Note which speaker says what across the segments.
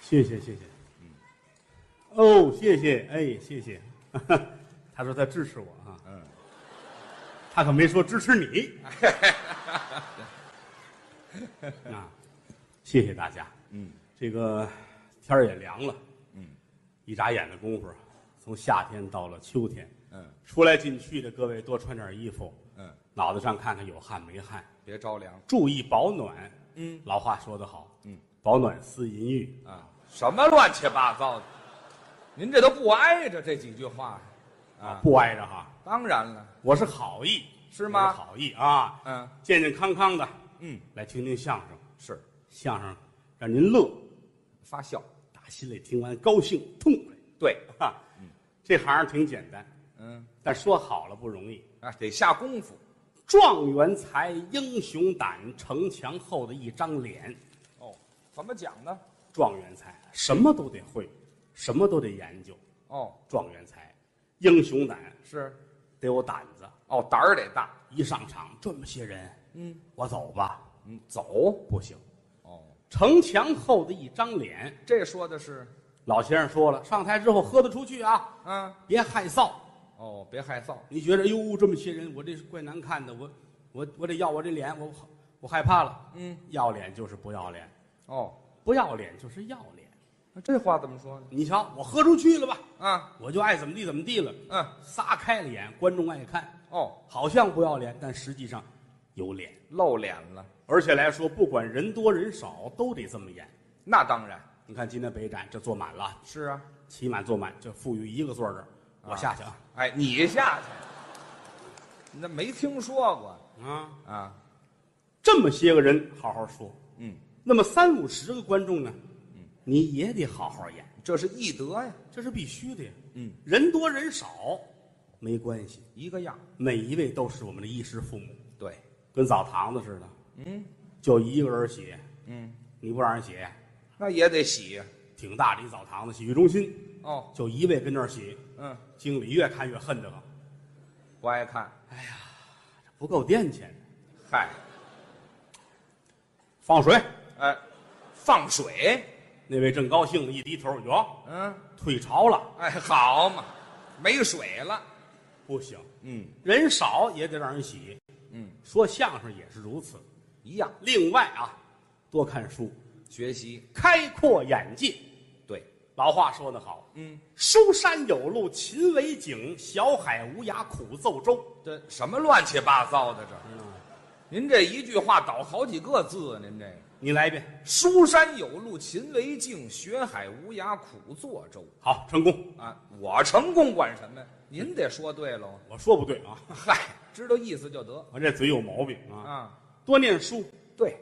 Speaker 1: 谢谢谢谢，嗯，哦，谢谢，哎，谢谢， 他说他支持我啊，
Speaker 2: 嗯，
Speaker 1: 他可没说支持 你，啊，谢谢大家，
Speaker 2: 嗯，
Speaker 1: 这个天儿也凉了，
Speaker 2: 嗯，
Speaker 1: 一眨眼的功夫，啊从夏天到了秋天，
Speaker 2: 嗯
Speaker 1: 出来进去的各位多穿点衣服，
Speaker 2: 嗯，
Speaker 1: 脑袋上看看有汗没汗，
Speaker 2: 别着凉
Speaker 1: 注意保暖，
Speaker 2: 嗯，
Speaker 1: 老话说得好，
Speaker 2: 嗯，
Speaker 1: 保暖思淫欲，
Speaker 2: 啊！什么乱七八糟的？您这都不挨着这几句话啊？
Speaker 1: 不挨着哈。
Speaker 2: 当然了，
Speaker 1: 我是好意，
Speaker 2: 是吗
Speaker 1: 我好意啊，
Speaker 2: 嗯
Speaker 1: 健健康康的
Speaker 2: 嗯，
Speaker 1: 来听听相声，
Speaker 2: 是
Speaker 1: 相声让您乐，
Speaker 2: 发笑，
Speaker 1: 打心里听完高兴痛快
Speaker 2: 对，
Speaker 1: 啊。这行儿挺简单，
Speaker 2: 嗯
Speaker 1: 但说好了不容易。
Speaker 2: 啊，得下功夫
Speaker 1: 状元才，英雄胆，城墙后的一张脸。
Speaker 2: 哦。怎么讲呢？
Speaker 1: 状元才什么都得会，什么都得研究。
Speaker 2: 哦，
Speaker 1: 状元才，英雄胆
Speaker 2: 是
Speaker 1: 得有胆子，
Speaker 2: 哦，胆儿得大，
Speaker 1: 一上场这么些人，
Speaker 2: 嗯，
Speaker 1: 我走吧，
Speaker 2: 嗯，走
Speaker 1: 不行。
Speaker 2: 哦，
Speaker 1: 城墙后的一张脸，
Speaker 2: 这说的是，
Speaker 1: 老先生说了，上台之后喝得出去啊，
Speaker 2: 啊，
Speaker 1: 别害臊。
Speaker 2: 哦，别害臊，
Speaker 1: 你觉得，哎呦，这么些人，我这是怪难看的，我我我得要我这脸，我我害怕了。
Speaker 2: 嗯，
Speaker 1: 要脸就是不要脸，
Speaker 2: 哦，
Speaker 1: 不要脸就是要脸。
Speaker 2: 那这话怎么说呢？
Speaker 1: 你瞧，我喝出去了吧，
Speaker 2: 啊，
Speaker 1: 我就爱怎么地怎么地了，
Speaker 2: 嗯，
Speaker 1: 撒开了眼，观众爱看，
Speaker 2: 哦，
Speaker 1: 好像不要脸，但实际上有脸。
Speaker 2: 露脸了，
Speaker 1: 而且来说，不管人多人少，都得这么演。
Speaker 2: 那当然
Speaker 1: 你看今天北展这坐满了，
Speaker 2: 是啊。
Speaker 1: 起满坐满，这富裕一个座儿这儿，我下去啊
Speaker 2: 哎，你下去，那没听说过
Speaker 1: 啊！
Speaker 2: 啊？
Speaker 1: 这么些个人好好说，
Speaker 2: 嗯，
Speaker 1: 那么三五十个观众呢，你也得好好演，
Speaker 2: 这是艺德呀，
Speaker 1: 这是必须的呀。
Speaker 2: 嗯，
Speaker 1: 人多人少没关系，
Speaker 2: 一个样。
Speaker 1: 每一位都是我们的衣食父母，
Speaker 2: 对，
Speaker 1: 跟澡堂子似的，
Speaker 2: 嗯
Speaker 1: 就一个人洗，
Speaker 2: 嗯，
Speaker 1: 你不让人洗，
Speaker 2: 那也得洗呀
Speaker 1: 挺大的一澡堂子，洗浴中心
Speaker 2: 哦，
Speaker 1: 就一位跟那儿洗，
Speaker 2: 嗯，
Speaker 1: 经理越看越恨得慌，
Speaker 2: 不爱看，
Speaker 1: 不够店钱，
Speaker 2: 嗨，
Speaker 1: 放水。
Speaker 2: 哎，放水，
Speaker 1: 那位正高兴呢，一低头，哟，
Speaker 2: 嗯，
Speaker 1: 退潮了，
Speaker 2: 哎，好嘛，没水了，
Speaker 1: 不行，
Speaker 2: 嗯，
Speaker 1: 人少也得让人洗。
Speaker 2: 嗯，
Speaker 1: 说相声也是如此。
Speaker 2: 一样
Speaker 1: 另外啊，多看书，
Speaker 2: 学习，
Speaker 1: 开阔眼界。
Speaker 2: 对，
Speaker 1: 老话说得好，
Speaker 2: 嗯，
Speaker 1: 书山有路勤为径，小海无涯苦奏舟。
Speaker 2: 这什么乱七八糟的这？您这一句话倒好几个字，啊您这个
Speaker 1: 你来一遍，
Speaker 2: 书山有路勤为径，学海无涯苦作舟。
Speaker 1: 好，成功。
Speaker 2: 啊，我成功管什么呀？您得说对喽。
Speaker 1: 我说不对啊，
Speaker 2: 嗨，知道意思就得
Speaker 1: 我这嘴有毛病啊。
Speaker 2: 啊。
Speaker 1: 多念书，
Speaker 2: 对，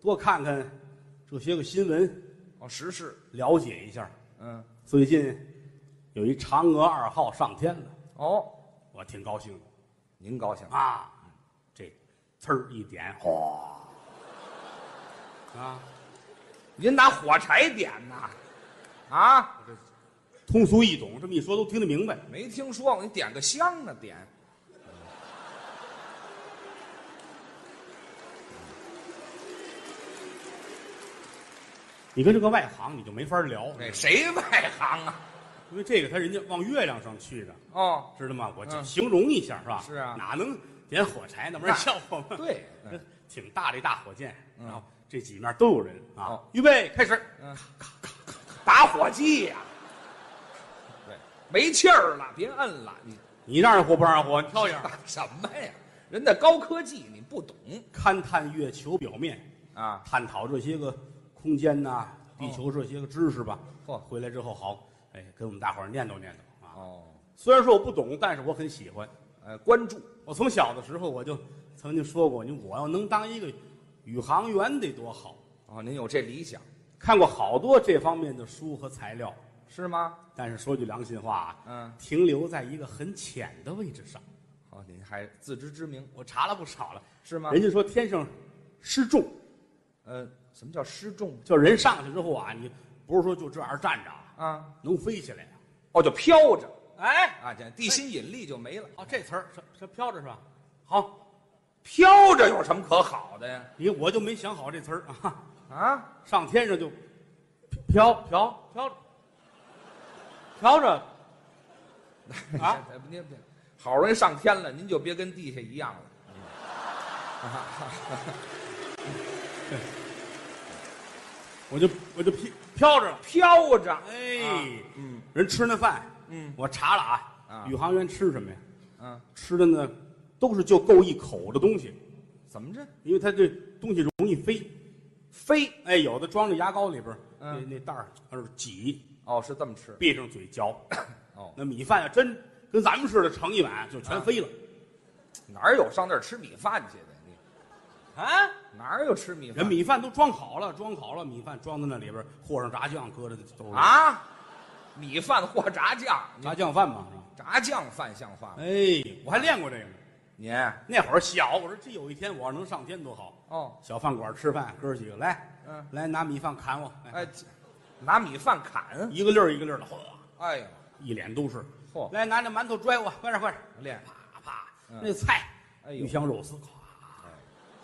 Speaker 1: 多看看这些个新闻，
Speaker 2: 哦，时事，
Speaker 1: 了解一下。
Speaker 2: 嗯，
Speaker 1: 最近有一嫦娥二号上天了，
Speaker 2: 哦，
Speaker 1: 我挺高兴的。
Speaker 2: 您高兴，
Speaker 1: 啊，这呲儿一点，哗、啊，
Speaker 2: 您拿火柴点呐？啊，
Speaker 1: 通俗易懂，这么一说都听得明白。
Speaker 2: 没听说过，你点个香呢？点，
Speaker 1: 你跟这个外行你就没法聊，
Speaker 2: 哎，谁外行啊？
Speaker 1: 因为这个他人家往月亮上去的，
Speaker 2: 哦，
Speaker 1: 知道吗？我就
Speaker 2: 嗯
Speaker 1: 形容一下，是吧？
Speaker 2: 是啊
Speaker 1: 哪能点火柴呢？那不是
Speaker 2: 那
Speaker 1: 笑话吗？
Speaker 2: 对，
Speaker 1: 这挺大的一大火箭，
Speaker 2: 嗯
Speaker 1: 然后这几面都有人啊
Speaker 2: 哦。
Speaker 1: 预备开始，
Speaker 2: 嗯，打火机呀、对，没气儿了，别摁了，你
Speaker 1: 你让人火不让人火？你挑一 下。
Speaker 2: 打什么呀？人家高科技你不懂
Speaker 1: 勘探月球表面，
Speaker 2: 啊？
Speaker 1: 探讨这些个空间呐、地球这些个知识吧。
Speaker 2: 嚯
Speaker 1: 回来之后好，哎，跟我们大伙儿念叨念叨啊。
Speaker 2: 哦，
Speaker 1: 虽然说我不懂，但是我很喜欢。
Speaker 2: 呃，关注
Speaker 1: 我从小的时候我就曾经说过，你我要能当一个宇航员得多好。
Speaker 2: 哦，您有这理想
Speaker 1: 看过好多这方面的书和材料，
Speaker 2: 是吗？
Speaker 1: 但是说句良心话啊，
Speaker 2: 嗯，
Speaker 1: 停留在一个很浅的位置上。
Speaker 2: 哦，您还自知之明
Speaker 1: 我查了不少了，
Speaker 2: 是吗？
Speaker 1: 人家说天上失重，
Speaker 2: 呃，什么叫失重
Speaker 1: 就是人上去之后啊，你不是说就这样站着啊，
Speaker 2: 啊？
Speaker 1: 能飞起来啊。
Speaker 2: 哦，就飘着
Speaker 1: 哎，
Speaker 2: 啊，这地心引力就没了。
Speaker 1: 哦，这词儿什什飘着是吧？好，
Speaker 2: 飘着有什么可好的呀？
Speaker 1: 你我就没想好这词儿啊，
Speaker 2: 啊，
Speaker 1: 上天上就飘
Speaker 3: 调调调，调着，啊，
Speaker 2: 哎，您别， 好容易上天了，您就别跟地下一样了。
Speaker 1: 我就我就飘啊飘着了。
Speaker 2: 飘着，
Speaker 1: 哎，
Speaker 2: 嗯
Speaker 1: 人吃那饭，
Speaker 2: 嗯
Speaker 1: 我查了啊
Speaker 2: 啊，
Speaker 1: 宇航员吃什么呀？
Speaker 2: 嗯，
Speaker 1: 吃的呢，都是就够一口的东西，
Speaker 2: 怎么着？
Speaker 1: 因为它这东西容易飞。
Speaker 2: 飞？
Speaker 1: 哎，有的装着牙膏里边儿，那
Speaker 2: 嗯
Speaker 1: 那袋儿往那儿挤，
Speaker 2: 哦，是这么吃。
Speaker 1: 闭上嘴嚼。
Speaker 2: 哦，
Speaker 1: 那米饭要啊真跟咱们似的盛一碗，就全飞了。
Speaker 2: 哪儿有上那儿吃米饭去的？你
Speaker 3: 啊，
Speaker 2: 哪儿有吃米饭？
Speaker 1: 人米饭都装好了，装好了，米饭装在那里边儿，和上炸酱，搁着兜里。
Speaker 2: 啊，米饭或炸酱，
Speaker 1: 炸酱饭嘛，是吧？
Speaker 2: 炸酱饭像话吗？
Speaker 1: 哎，我还练过这个呢。
Speaker 2: 您
Speaker 1: 那会儿小，我说这有一天我要能上天多好。
Speaker 2: 哦，
Speaker 1: 小饭馆吃饭，哥儿几个来，
Speaker 2: 嗯
Speaker 1: 来拿米饭砍我，来
Speaker 2: 哎，这拿米饭砍，
Speaker 1: 一个粒儿一个粒儿的，哗，
Speaker 2: 哎呦，
Speaker 1: 一脸都是。
Speaker 2: 嚯
Speaker 1: 来拿着馒头拽我，快点快点，
Speaker 2: 练
Speaker 1: 啪啪，
Speaker 2: 哦嗯
Speaker 1: 那菜，
Speaker 2: 哎呦
Speaker 1: 鱼香肉丝，咵，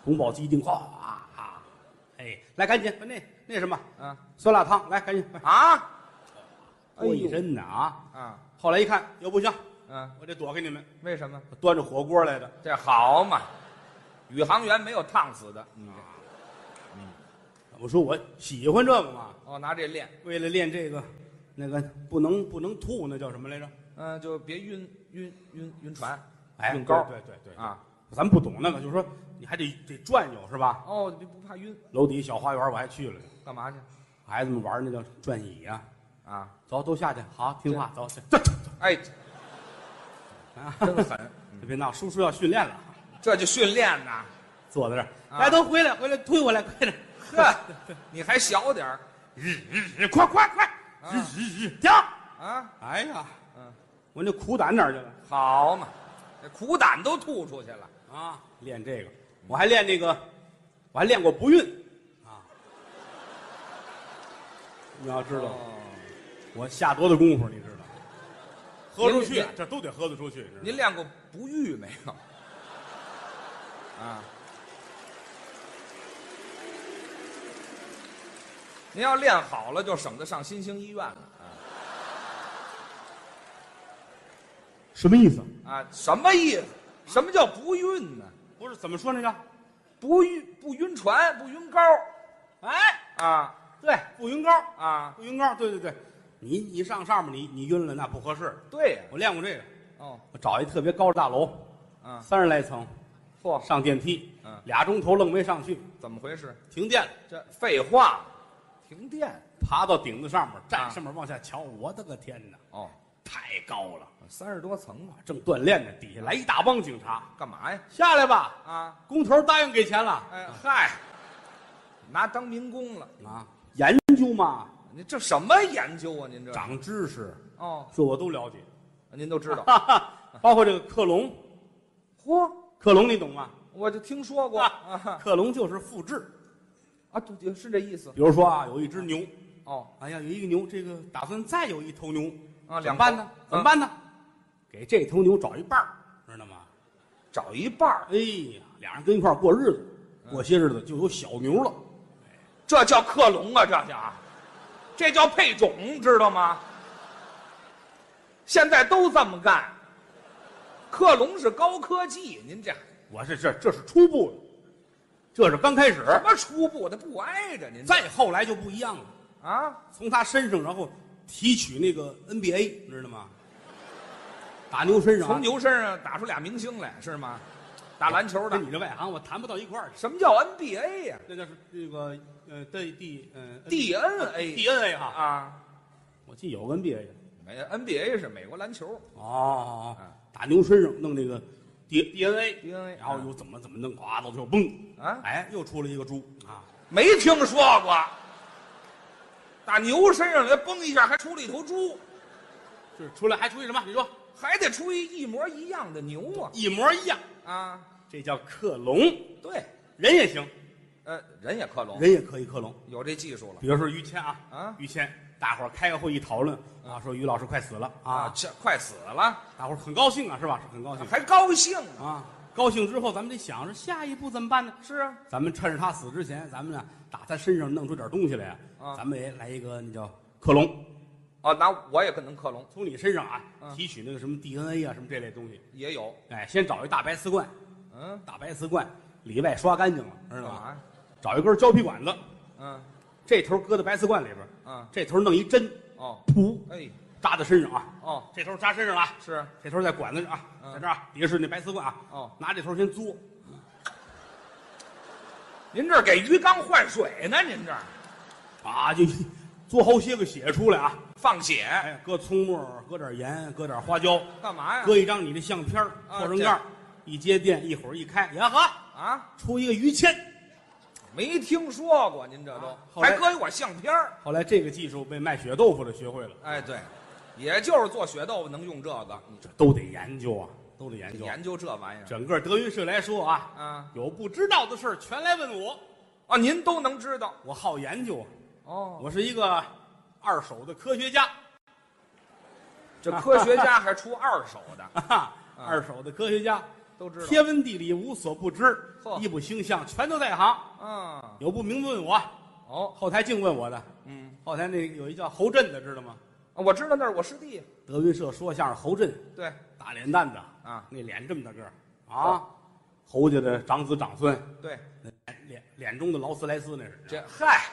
Speaker 1: 宫保鸡丁，咵，哎，来赶紧把那那什么
Speaker 2: 啊
Speaker 1: 酸辣汤，来赶紧，快
Speaker 2: 啊！哎
Speaker 1: 过一
Speaker 2: 呦
Speaker 1: 身呢啊！
Speaker 2: 啊
Speaker 1: 后来一看，要不行，
Speaker 2: 啊！
Speaker 1: 我得躲开你们，
Speaker 2: 为什么？
Speaker 1: 我端着火锅来的，
Speaker 2: 这好嘛，宇航员没有烫死的。你这
Speaker 1: 我嗯说我喜欢这个嘛，
Speaker 2: 哦，拿这练，
Speaker 1: 为了练这个，那个不能不能吐，那叫什么来着？
Speaker 2: 嗯、就别晕晕晕晕船，
Speaker 1: 哎，
Speaker 2: 晕高
Speaker 1: 对对对对
Speaker 2: 啊。
Speaker 1: 咱们不懂那个，就是说你还得得转悠是吧？
Speaker 2: 哦，你不怕晕？
Speaker 1: 楼底小花园我还去了，
Speaker 2: 干嘛去？
Speaker 1: 孩子们玩那叫转椅啊，
Speaker 2: 啊，
Speaker 1: 走都下去，好听话，走去，走走
Speaker 2: 哎，
Speaker 1: 走啊！
Speaker 2: 真狠，
Speaker 1: 别闹，叔叔要训练了，
Speaker 2: 这就训练呐。
Speaker 1: 坐在这儿，
Speaker 2: 啊
Speaker 1: 来都回来，回来推我来，快 点，
Speaker 2: 呵，你还小点儿
Speaker 1: 日快快快，日日日停！
Speaker 2: 啊？
Speaker 1: 哎呀，
Speaker 2: 嗯，
Speaker 1: 我那苦胆哪儿去了
Speaker 2: 好嘛，这苦胆都吐出去了。
Speaker 1: 啊？练这个，我还练那个，我还练过不孕啊。你要知道，
Speaker 2: 哦
Speaker 1: 我下多大功夫，你知道？喝出
Speaker 2: 您
Speaker 1: 去啊
Speaker 2: 您，
Speaker 1: 这都得喝得出去。你知道吗
Speaker 2: 您练过不育没有？啊，您要练好了，就省得上新兴医院了
Speaker 1: 什么意思？
Speaker 2: 啊！什么意思？什么叫不孕呢？
Speaker 1: 不是怎么说那叫？
Speaker 2: 不晕不晕船，不晕高
Speaker 1: 哎，
Speaker 2: 啊
Speaker 1: 对，不晕高，
Speaker 2: 啊！
Speaker 1: 不晕高，对对对，你你上上面你你晕了那不合适。
Speaker 2: 对呀、
Speaker 1: 我练过这个，
Speaker 2: 哦，
Speaker 1: 我找一特别高的大楼，
Speaker 2: 啊，
Speaker 1: 三十来层，
Speaker 2: 嚯，
Speaker 1: 上电梯，
Speaker 2: 嗯
Speaker 1: 俩钟头愣没上去，
Speaker 2: 怎么回事？
Speaker 1: 停电了，
Speaker 2: 这废话，停电
Speaker 1: 爬到顶子上面，站
Speaker 2: 啊
Speaker 1: 上面往下瞧，我的个天哪，
Speaker 2: 哦，
Speaker 1: 太高了！
Speaker 2: 三十多层吧，
Speaker 1: 正锻炼呢，底下来一大帮警察，
Speaker 2: 干嘛呀？
Speaker 1: 下来吧，
Speaker 2: 啊，
Speaker 1: 工头答应给钱了
Speaker 2: 哎嗨，拿当民工了，
Speaker 1: 啊，研究嘛，
Speaker 2: 您这什么研究啊？您这
Speaker 1: 长知识，
Speaker 2: 哦，
Speaker 1: 这我都了解，
Speaker 2: 啊您都知道。
Speaker 1: 哈哈，包括这个克隆，
Speaker 2: 嚯，
Speaker 1: 克隆你懂吗？
Speaker 2: 我就听说过啊
Speaker 1: 克隆就是复制。
Speaker 2: 啊，对，是这意思
Speaker 1: 比如说啊，有一只牛，
Speaker 2: 哦
Speaker 1: 哎呀，有一个牛，这个打算再有一头牛，
Speaker 2: 啊，
Speaker 1: 怎
Speaker 2: 两
Speaker 1: 么办呢？
Speaker 2: 头
Speaker 1: 怎么？办呢？给这头牛找一半儿知道吗？
Speaker 2: 嗯找一半儿，
Speaker 1: 哎呀，俩人跟一块儿过日子，
Speaker 2: 嗯
Speaker 1: 过些日子就有小牛了。
Speaker 2: 这叫克隆啊，这叫，这叫配种，知道吗？现在都这么干，克隆是高科技，您这
Speaker 1: 我是这这是初步的，这是刚开始，
Speaker 2: 什么初步的不挨着您这
Speaker 1: 再后来就不一样了。
Speaker 2: 啊？
Speaker 1: 从他身上，然后提取那个 NBA，知道吗？打牛身上啊，
Speaker 2: 从牛身上打出俩明星来是吗？打篮球的
Speaker 1: 跟，你这外行我谈不到一块儿去。
Speaker 2: 什么叫 NBA 呀、
Speaker 1: 那叫是这个呃，对 D 嗯
Speaker 2: DNA
Speaker 1: DNA 哈，
Speaker 2: 啊？
Speaker 1: 我记得有个 NBA 的。
Speaker 2: 没 NBA 是美国篮球
Speaker 1: 哦
Speaker 2: 啊，
Speaker 1: 打牛身上弄那个 D DNA，
Speaker 2: ，DNA，
Speaker 1: 然后又怎么怎么弄，呱，到最后嘣，
Speaker 2: 啊，
Speaker 1: 哎，又出了一个猪啊！
Speaker 2: 没听说过。打牛身上来崩一下，还出了一头猪，
Speaker 1: 就是出来还出一什么？你说
Speaker 2: 还得出一一模一样的牛啊！
Speaker 1: 一模一样，
Speaker 2: 啊，
Speaker 1: 这叫克隆，
Speaker 2: 对，
Speaker 1: 人也行，
Speaker 2: 呃，人也克隆，
Speaker 1: 哦人也可以克隆。
Speaker 2: 有这技术了
Speaker 1: 比如说于谦啊，
Speaker 2: 啊
Speaker 1: 于谦，大伙儿开个会议讨论啊，说于老师快死了啊，
Speaker 2: 这快死了
Speaker 1: 大伙儿很高兴啊，是吧？是很高兴
Speaker 2: 还高兴呢
Speaker 1: 啊。高兴之后，咱们得想着下一步怎么办呢？
Speaker 2: 是啊，
Speaker 1: 咱们趁着他死之前，咱们呢打他身上弄出点东西来呀、
Speaker 2: 啊
Speaker 1: 咱们也来一个那叫克隆，
Speaker 2: 哦，拿我也跟能克隆，
Speaker 1: 从你身上啊
Speaker 2: 嗯
Speaker 1: 提取那个什么 DNA 啊什么这类东西。
Speaker 2: 也有，
Speaker 1: 哎，先找一大白瓷罐，
Speaker 2: 嗯，
Speaker 1: 大白瓷罐里外刷干净了，知
Speaker 2: 干
Speaker 1: 道吗？
Speaker 2: 嘛呀？
Speaker 1: 找一根胶皮管子，
Speaker 2: 嗯
Speaker 1: 这头搁在白瓷罐里边，
Speaker 2: 嗯，
Speaker 1: 这头弄一针，
Speaker 2: 哦，
Speaker 1: 噗
Speaker 2: 哎，
Speaker 1: 扎在身上啊，
Speaker 2: 哦，
Speaker 1: 这头扎身上了啊，
Speaker 2: 是，
Speaker 1: 这头在管子上啊，
Speaker 2: 嗯
Speaker 1: 在这儿啊底下是那白瓷罐啊，
Speaker 2: 哦，
Speaker 1: 拿这头先嘬，
Speaker 2: 您这儿给鱼缸换水呢？您这儿
Speaker 1: 啊，就嘬好些个血出来啊，
Speaker 2: 放血
Speaker 1: 哎，搁葱末，搁点盐，搁点花椒，
Speaker 2: 干嘛呀？
Speaker 1: 搁一张你的相片儿，
Speaker 2: 啊
Speaker 1: 扣上盖儿，一接电，一会儿一开，呀呵，
Speaker 2: 啊，
Speaker 1: 出一个于谦。
Speaker 2: 没听说过您这都
Speaker 1: 啊，后来
Speaker 2: 还搁一我相片儿
Speaker 1: 后来这个技术被卖血豆腐的学会了，
Speaker 2: 哎，对，也就是做血豆腐能用这个，你
Speaker 1: 这都得研究啊，都得研究。
Speaker 2: 研究这玩意儿
Speaker 1: 整个德云社来说啊，
Speaker 2: 啊？
Speaker 1: 有不知道的事儿全来问我，
Speaker 2: 哦，您都能知道
Speaker 1: 我好研究啊，
Speaker 2: 哦。
Speaker 1: 我是一个二手的科学家，
Speaker 2: 这科学家还出二手的，
Speaker 1: 哈哈，二手的科学家，
Speaker 2: 嗯都知道。
Speaker 1: 天文地理无所不知，
Speaker 2: 呵
Speaker 1: 一不星象全都在行。
Speaker 2: 嗯，
Speaker 1: 有不明问我，
Speaker 2: 哦，
Speaker 1: 后台净问我的，
Speaker 2: 嗯，
Speaker 1: 后台那有一叫侯震的，知道吗？
Speaker 2: 啊我知道那是我师弟。
Speaker 1: 德云社说相声侯震，
Speaker 2: 对
Speaker 1: 大脸蛋子，
Speaker 2: 啊，
Speaker 1: 那脸这么大个儿
Speaker 2: 哦
Speaker 1: 啊，侯家的长子长孙，
Speaker 2: 对，
Speaker 1: 脸脸脸中的劳斯莱斯那是。
Speaker 2: 这嗨，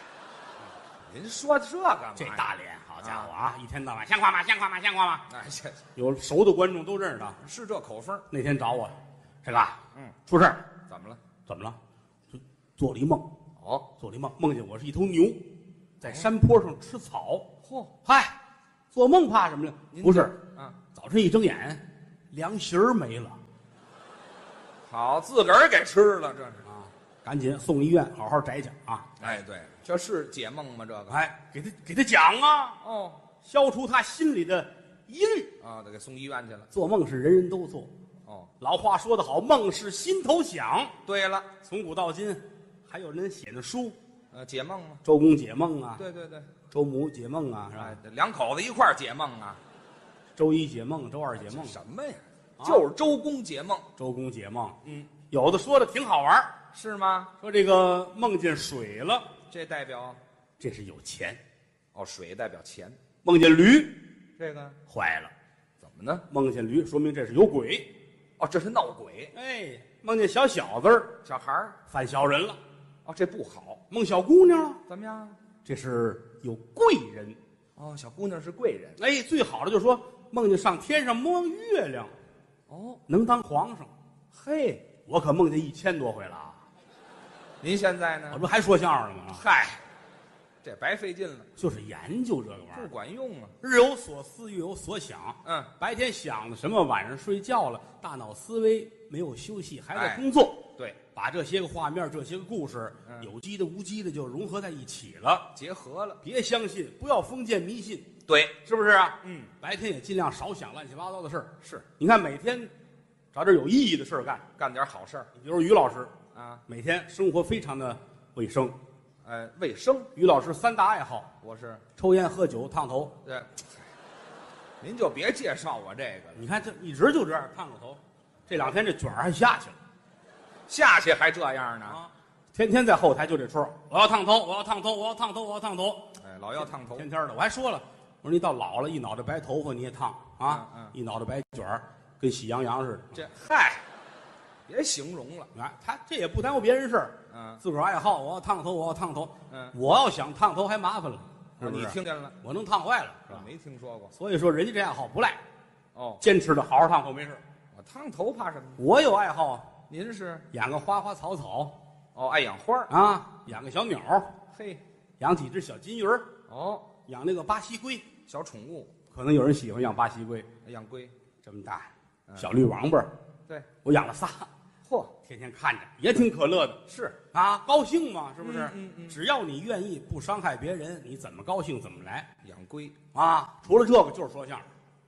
Speaker 2: 您说这干嘛呀？
Speaker 1: 这大脸，好家伙啊！一天到晚像话吗？像话吗？像话吗？
Speaker 2: 哎，这
Speaker 1: 有熟的观众都认识他。
Speaker 2: 是这口风儿，
Speaker 1: 那天找我，这个啊
Speaker 2: 嗯，
Speaker 1: 出事儿，
Speaker 2: 怎么了？
Speaker 1: 怎么了？就做了一梦，
Speaker 2: 哦，
Speaker 1: 做了一梦，梦见我是一头牛，在山坡上吃草。
Speaker 2: 嚯，
Speaker 1: 嗨，做梦怕什么呀？
Speaker 2: 您
Speaker 1: 不是，
Speaker 2: 啊，
Speaker 1: 早晨一睁眼，凉席儿没了
Speaker 2: 好，自个儿给吃了，这是。
Speaker 1: 啊！赶紧送医院，好好摘去啊！
Speaker 2: 哎，对，这是解梦吗？这个？
Speaker 1: 哎，给他给他讲啊，
Speaker 2: 哦，
Speaker 1: 消除他心里的疑虑。
Speaker 2: 啊，得给送医院去了。
Speaker 1: 做梦是人人都做，
Speaker 2: 哦，
Speaker 1: 老话说得好，梦是心头想。
Speaker 2: 对了，
Speaker 1: 从古到今，还有人写的书，
Speaker 2: 呃，解梦吗？
Speaker 1: 周公解梦啊，
Speaker 2: 对对对，
Speaker 1: 周母解梦啊，是
Speaker 2: 哎
Speaker 1: 吧？，
Speaker 2: 这两口子一块儿解梦啊？
Speaker 1: 周一解梦，周二解梦，
Speaker 2: 什么呀？
Speaker 1: 啊
Speaker 2: 就是周公解梦，
Speaker 1: 周公解梦，
Speaker 2: 嗯，
Speaker 1: 有的说的挺好玩儿
Speaker 2: 是吗？
Speaker 1: 说这个梦见水了，
Speaker 2: 这代表
Speaker 1: 这是有钱；
Speaker 2: 哦，水代表钱，
Speaker 1: 梦见驴，
Speaker 2: 这个
Speaker 1: 坏了；
Speaker 2: 怎么呢？
Speaker 1: 梦见驴，说明这是有鬼。
Speaker 2: 哦，这是闹鬼，
Speaker 1: 哎，梦见小小子儿
Speaker 2: 小孩儿
Speaker 1: 犯小人了，
Speaker 2: 哦，这不好，
Speaker 1: 梦小姑娘了，
Speaker 2: 怎么样？
Speaker 1: 这是有贵人。
Speaker 2: 哦，小姑娘是贵人
Speaker 1: 哎，最好的就是说梦见上天上摸月亮，
Speaker 2: 哦，
Speaker 1: 能当皇上。
Speaker 2: 嘿，
Speaker 1: 我可梦见一千多回了啊。
Speaker 2: 您现在
Speaker 1: 我这
Speaker 2: 呢？
Speaker 1: 不还说相声呢吗？
Speaker 2: 嗨，这白费劲了，
Speaker 1: 就是研究这个玩意
Speaker 2: 不
Speaker 1: 儿，
Speaker 2: 管用啊。
Speaker 1: 日有所思，夜有所想。
Speaker 2: 嗯，
Speaker 1: 白天想的什么，晚上睡觉了，大脑思维没有休息，还在
Speaker 2: 哎
Speaker 1: 工作，
Speaker 2: 对，
Speaker 1: 把这些个画面、这些个故事，
Speaker 2: 嗯
Speaker 1: 有机的、无机的就融合在一起了。
Speaker 2: 结合了，
Speaker 1: 别相信，不要封建迷信，
Speaker 2: 对，
Speaker 1: 是不是啊？
Speaker 2: 嗯，
Speaker 1: 白天也尽量少想乱七八糟的事儿。
Speaker 2: 是
Speaker 1: 你看，每天找点有意义的事儿干。
Speaker 2: 干点好事儿
Speaker 1: 你比如于老师，
Speaker 2: 啊，
Speaker 1: 每天生活非常的卫生。
Speaker 2: 哎，卫生，
Speaker 1: 于老师三大爱好：
Speaker 2: 我是
Speaker 1: 抽烟、喝酒、烫头。
Speaker 2: 对，您就别介绍我这个了，
Speaker 1: 你看这一直就这样烫着头，这两天这卷儿还下去了
Speaker 2: 下去还这样呢。
Speaker 1: 啊！天天在后台就这出儿，我要烫头，我要烫头，我要烫头，我要烫头，
Speaker 2: 哎，老要烫头
Speaker 1: 天天的。我还说了，我说你到老了，一脑袋白头发你也烫啊，
Speaker 2: 嗯嗯嗯
Speaker 1: 一脑袋白卷儿，跟喜羊羊似的。
Speaker 2: 这嗨，别形容了，
Speaker 1: 啊，他这也不耽误别人事儿，
Speaker 2: 嗯
Speaker 1: 自个儿爱好，我要烫头，我要烫头。
Speaker 2: 嗯，啊
Speaker 1: 我要想烫头还麻烦了，是不
Speaker 2: 你
Speaker 1: 是？
Speaker 2: 听见了？
Speaker 1: 我能烫坏了，是
Speaker 2: 我
Speaker 1: 吧？
Speaker 2: 没听说过
Speaker 1: 所以说人家这爱好不赖，
Speaker 2: 哦，
Speaker 1: 坚持的好好烫头没事儿。
Speaker 2: 我烫头怕什么？
Speaker 1: 我有爱好啊，
Speaker 2: 您是
Speaker 1: 养个花花草草
Speaker 2: 哦，爱养花儿
Speaker 1: 啊，养个小鸟儿，
Speaker 2: 嘿，
Speaker 1: 养几只小金鱼儿，
Speaker 2: 哦，
Speaker 1: 养那个巴西龟，
Speaker 2: 小宠物
Speaker 1: 可能有人喜欢养巴西龟，
Speaker 2: 养龟，
Speaker 1: 这么大
Speaker 2: 嗯
Speaker 1: 小绿王八儿，
Speaker 2: 对，
Speaker 1: 我养了仨，
Speaker 2: 嚯，
Speaker 1: 天天看着也挺可乐的
Speaker 2: 是
Speaker 1: 啊，高兴嘛，是不是？
Speaker 2: 嗯嗯嗯嗯
Speaker 1: 只要你愿意，不伤害别人，你怎么高兴怎么来
Speaker 2: 养龟嗯
Speaker 1: 啊。除了这个就是说相声，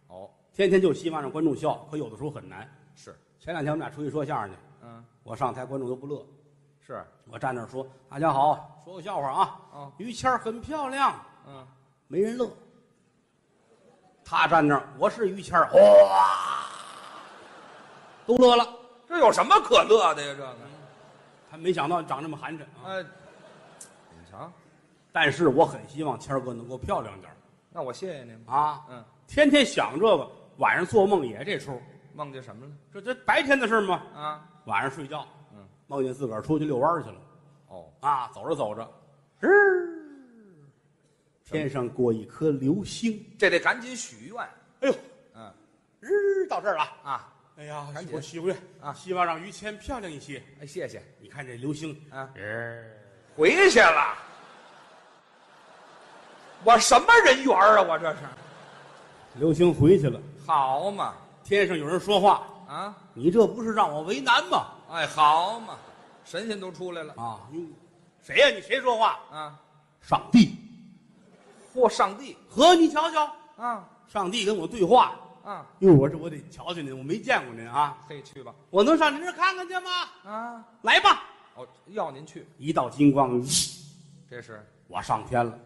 Speaker 2: 哦，
Speaker 1: 天天就希望让观众笑，可有的时候很难。
Speaker 2: 是
Speaker 1: 前两天我们俩出去说相声去，
Speaker 2: 嗯
Speaker 1: 我上台观众都不乐，
Speaker 2: 是
Speaker 1: 我站那儿说大家好，说个笑话啊，
Speaker 2: 哦
Speaker 1: 于谦儿很漂亮，
Speaker 2: 嗯，
Speaker 1: 没人乐。他站那儿，我是于谦儿，哗，都乐了。
Speaker 2: 这有什么可乐的呀？这个，
Speaker 1: 他没想到你长这么寒碜啊！
Speaker 2: 哎，你瞧，
Speaker 1: 但是我很希望谦儿哥能够漂亮点儿
Speaker 2: 那我谢谢您吧。
Speaker 1: 啊！
Speaker 2: 嗯，
Speaker 1: 天天想这个，晚上做梦也这出，
Speaker 2: 梦见什么了？
Speaker 1: 这这白天的事嘛。
Speaker 2: 啊，
Speaker 1: 晚上睡觉，
Speaker 2: 嗯，
Speaker 1: 梦见自个儿出去遛弯儿去了
Speaker 2: 哦，
Speaker 1: 啊，走着走着，日，天上过一颗流星，
Speaker 2: 这得赶紧许愿。
Speaker 1: 哎呦，
Speaker 2: 嗯
Speaker 1: 日到这儿了，
Speaker 2: 啊，
Speaker 1: 哎呀
Speaker 2: 赶紧
Speaker 1: 我许个愿
Speaker 2: 啊
Speaker 1: 希望让于谦漂亮一些。
Speaker 2: 哎，谢谢
Speaker 1: 你看这流星，
Speaker 2: 啊，
Speaker 1: 日，
Speaker 2: 回去了。我什么人缘啊？我这是
Speaker 1: 流星回去了，
Speaker 2: 好嘛
Speaker 1: 天上有人说话，
Speaker 2: 啊？
Speaker 1: 你这不是让我为难吗？
Speaker 2: 哎，好嘛，神仙都出来了
Speaker 1: 啊，哟，谁呀、你谁说话？
Speaker 2: 啊！
Speaker 1: 上帝
Speaker 2: 或上帝
Speaker 1: 和你瞧瞧，
Speaker 2: 啊
Speaker 1: 上帝跟我对话。
Speaker 2: 啊，
Speaker 1: 哟，我这我得瞧瞧您，我没见过您啊，
Speaker 2: 可以去吧
Speaker 1: 我能上您这儿看看去吗？
Speaker 2: 啊！
Speaker 1: 来吧。
Speaker 2: 哦，要您去，
Speaker 1: 一道金光，
Speaker 2: 这是
Speaker 1: 我上天了。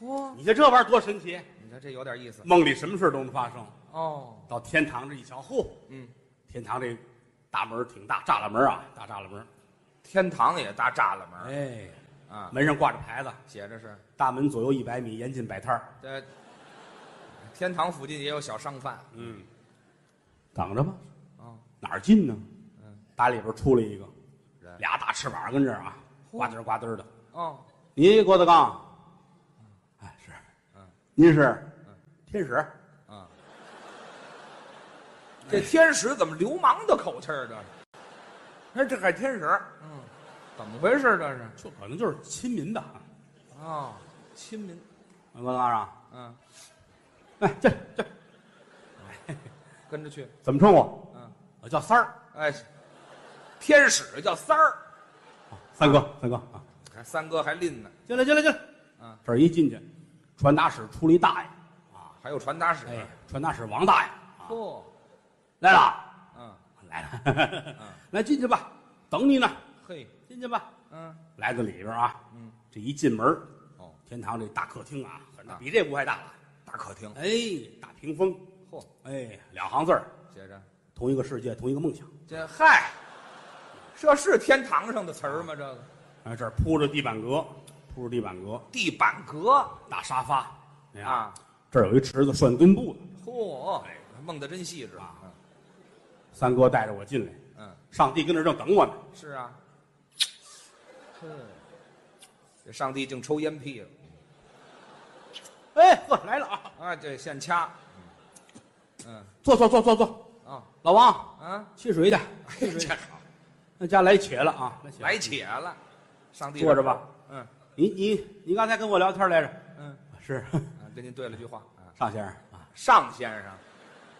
Speaker 2: 嚯，
Speaker 1: 你瞧这玩意儿多神奇！
Speaker 2: 你看这有点意思
Speaker 1: 梦里什么事儿都能发生。
Speaker 2: 哦。
Speaker 1: 到天堂这一瞧，嚯，
Speaker 2: 嗯，
Speaker 1: 天堂这大门儿挺大，栅栏门儿啊，大栅栏门儿。
Speaker 2: 天堂也搭栅栏门
Speaker 1: 哎，
Speaker 2: 啊，
Speaker 1: 门上挂着牌子，
Speaker 2: 写着是
Speaker 1: 大门左右一百米，严禁摆摊儿。
Speaker 2: 这天堂附近也有小商贩
Speaker 1: 嗯，等着吧，
Speaker 2: 啊，
Speaker 1: 哪儿进呢？
Speaker 2: 嗯，
Speaker 1: 打里边儿出来一个，
Speaker 2: 人
Speaker 1: 俩大翅膀跟这儿啊，
Speaker 2: 嚯
Speaker 1: 呱嘚儿呱嘚儿的。
Speaker 2: 哦，
Speaker 1: 您郭德纲，哎是，
Speaker 2: 嗯，
Speaker 1: 您是
Speaker 2: 嗯
Speaker 1: 天使，
Speaker 2: 啊，这天使怎么流氓的口气儿？这是，哎，这还天使，嗯，怎么回事？这是
Speaker 1: 这可能就是亲民的啊。
Speaker 2: 啊，亲民，
Speaker 1: 郭德纲啊，
Speaker 2: 嗯，
Speaker 1: 哎，这这
Speaker 2: 跟着去，
Speaker 1: 怎么称呼？
Speaker 2: 嗯，
Speaker 1: 我叫三儿，
Speaker 2: 哎，天使叫三儿，
Speaker 1: 三哥，三哥啊，
Speaker 2: 还三哥还拎呢，
Speaker 1: 进来，进来，进来。
Speaker 2: 啊，
Speaker 1: 这儿一进去，传达室出了一大爷，
Speaker 2: 还有传达使，
Speaker 1: 哎，传达室王大爷啊
Speaker 2: 嚯，
Speaker 1: 来了，
Speaker 2: 嗯，
Speaker 1: 来了， 来进去吧，等你呢，
Speaker 2: 嘿，
Speaker 1: 进去吧。
Speaker 2: 嗯，
Speaker 1: 来到里边啊，
Speaker 2: 嗯，
Speaker 1: 这一进门，
Speaker 2: 哦，
Speaker 1: 天堂这大客厅啊，很大，
Speaker 2: 啊
Speaker 1: 比这屋还大了。
Speaker 2: 大客厅，
Speaker 1: 哎，大屏风，
Speaker 2: 嚯，
Speaker 1: 哎，两行字儿，
Speaker 2: 写着
Speaker 1: 同一个世界，同一个梦想。
Speaker 2: 这嗨，这是天堂上的词儿吗？这个
Speaker 1: 啊，这儿铺着地板革，铺着地板革，
Speaker 2: 地板革
Speaker 1: 大沙发，哎呀
Speaker 2: 啊，，
Speaker 1: 这儿有一池子涮墩布的。
Speaker 2: 嚯，梦得真细致
Speaker 1: 啊
Speaker 2: 嗯
Speaker 1: 三哥带着我进来，
Speaker 2: 嗯，
Speaker 1: 上帝跟这儿正等我呢。
Speaker 2: 是啊，嗯，这上帝竟抽烟屁了
Speaker 1: 哎，呵，来了啊！
Speaker 2: 啊！这现掐，嗯
Speaker 1: 坐坐坐坐坐，
Speaker 2: 嗯啊
Speaker 1: 老王，
Speaker 2: 啊，
Speaker 1: 汽水去。
Speaker 2: 哎这
Speaker 1: 那家来且了啊，来且了
Speaker 2: 来且了，上帝
Speaker 1: 坐着吧，
Speaker 2: 嗯
Speaker 1: 你你你刚才跟我聊天来着？
Speaker 2: 嗯，
Speaker 1: 是
Speaker 2: 啊跟您对了句话啊，
Speaker 1: 尚先生啊？
Speaker 2: 上先生，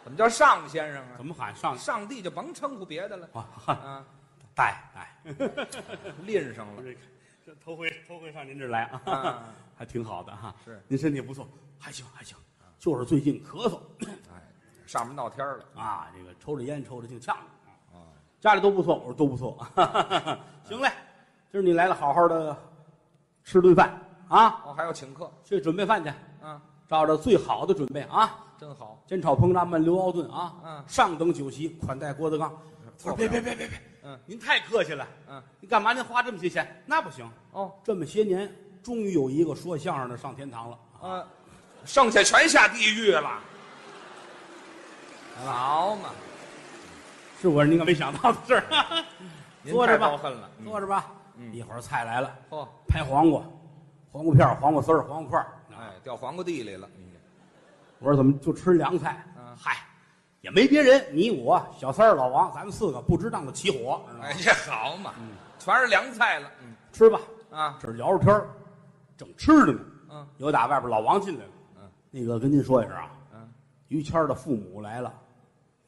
Speaker 2: 怎么叫上先生啊？
Speaker 1: 怎么喊 尚
Speaker 2: 上帝就甭称呼别的了
Speaker 1: 啊？
Speaker 2: 啊，
Speaker 1: 大爷大
Speaker 2: 拎上了
Speaker 1: 爷，这头回头回上您这儿来啊，
Speaker 2: 啊，
Speaker 1: 还挺好的哈。
Speaker 2: 是
Speaker 1: 您身体不错，还行还行，就是最近咳嗽
Speaker 2: 哎，上面闹天儿了
Speaker 1: 啊，这个抽着烟抽着净呛着啊。
Speaker 2: 啊，
Speaker 1: 家里都不错，我说都不错。 行嘞，今儿你来了，好好的吃顿饭啊，
Speaker 2: 哦，还要请客
Speaker 1: 去准备饭去，
Speaker 2: 啊，
Speaker 1: 照着最好的准备啊。
Speaker 2: 真好，
Speaker 1: 煎炒烹炸焖溜熬炖啊，
Speaker 2: 嗯
Speaker 1: 上等酒席款待郭德纲。我说
Speaker 2: 错不
Speaker 1: 别
Speaker 2: 了
Speaker 1: 别别别别，
Speaker 2: 嗯
Speaker 1: 您太客气了，
Speaker 2: 嗯
Speaker 1: 您干嘛您花这么些钱？那不行，
Speaker 2: 哦
Speaker 1: 这么些年终于有一个说相声的上天堂了，
Speaker 2: 啊，剩下全下地狱了。
Speaker 1: 来吧，
Speaker 2: 好嘛，
Speaker 1: 是我您可没想到的事儿。
Speaker 2: 您
Speaker 1: 坐着
Speaker 2: 太
Speaker 1: 吧
Speaker 2: 高恨了，
Speaker 1: 坐着吧，
Speaker 2: 嗯哦
Speaker 1: 一会儿菜来了，
Speaker 2: 嚯，
Speaker 1: 拍黄瓜，黄瓜片儿、黄瓜丝儿、黄瓜块儿。
Speaker 2: 哎，掉黄瓜地里了，
Speaker 1: 我说怎么就吃凉菜
Speaker 2: 嗯？
Speaker 1: 嗨，也没别人，你我小三儿老王，咱们四个不值当的起火，知道吗
Speaker 2: 哎，这好嘛，
Speaker 1: 嗯
Speaker 2: 全是凉菜了，嗯
Speaker 1: 吃吧，
Speaker 2: 啊，
Speaker 1: 这儿聊着天儿，正吃着呢。
Speaker 2: 嗯
Speaker 1: 有打外边老王进来了，
Speaker 2: 嗯，
Speaker 1: 那个跟您说一声啊，
Speaker 2: 嗯，
Speaker 1: 于谦儿的父母来了，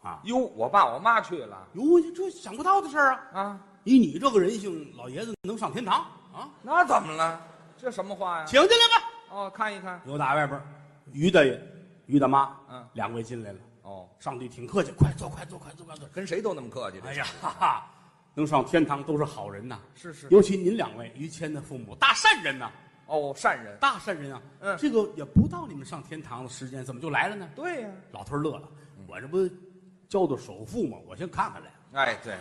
Speaker 1: 啊，
Speaker 2: 哟，我爸我妈去了
Speaker 1: 哟，这想不到的事儿啊！
Speaker 2: 啊，
Speaker 1: 以你这个人性，老爷子能上天堂啊？
Speaker 2: 那怎么了？这什么话呀？
Speaker 1: 请进来吧。
Speaker 2: 哦，看一看，
Speaker 1: 有打外边，于大爷、于大妈，
Speaker 2: 嗯，
Speaker 1: 两位进来了，
Speaker 2: 哦，
Speaker 1: 上帝挺客气，快坐，快坐，快坐，快坐。
Speaker 2: 跟谁都那么客气，这
Speaker 1: 哎呀，哈哈，能上天堂都是好人呐，
Speaker 2: 是是，
Speaker 1: 尤其您两位，于谦的父母，大善人呐，
Speaker 2: 哦，善人，
Speaker 1: 大善人啊。
Speaker 2: 嗯
Speaker 1: 这个也不到你们上天堂的时间，怎么就来了呢？
Speaker 2: 对呀，嗯
Speaker 1: 老头儿乐了，我这不交的首付吗？我先看看来。
Speaker 2: 哎，对，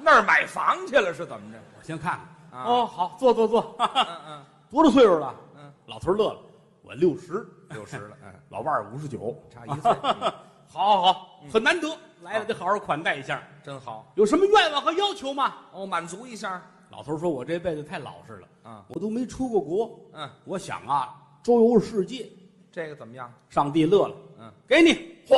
Speaker 2: 那儿买房去了是怎么着？
Speaker 1: 我先看看。
Speaker 2: 啊
Speaker 1: 哦，好，坐坐坐。
Speaker 2: 嗯嗯，
Speaker 1: 多大岁数了？
Speaker 2: 嗯，
Speaker 1: 老头儿乐了，我六十，
Speaker 2: 六十了，嗯，
Speaker 1: 老伴儿五十九，
Speaker 2: 差 一岁
Speaker 4: 好好好，
Speaker 1: 很难得，来了得好好款待一下。
Speaker 2: 真好。
Speaker 1: 有什么愿望和要求吗？
Speaker 2: 哦，满足一下，
Speaker 1: 老头儿说：“我这辈子太老实了，
Speaker 2: 啊，
Speaker 1: 我都没出过国，
Speaker 2: 嗯，
Speaker 1: 我想啊，周游世界。
Speaker 2: 这个怎么样？”
Speaker 1: 上帝乐了，
Speaker 2: 嗯，
Speaker 1: 给你，嚯，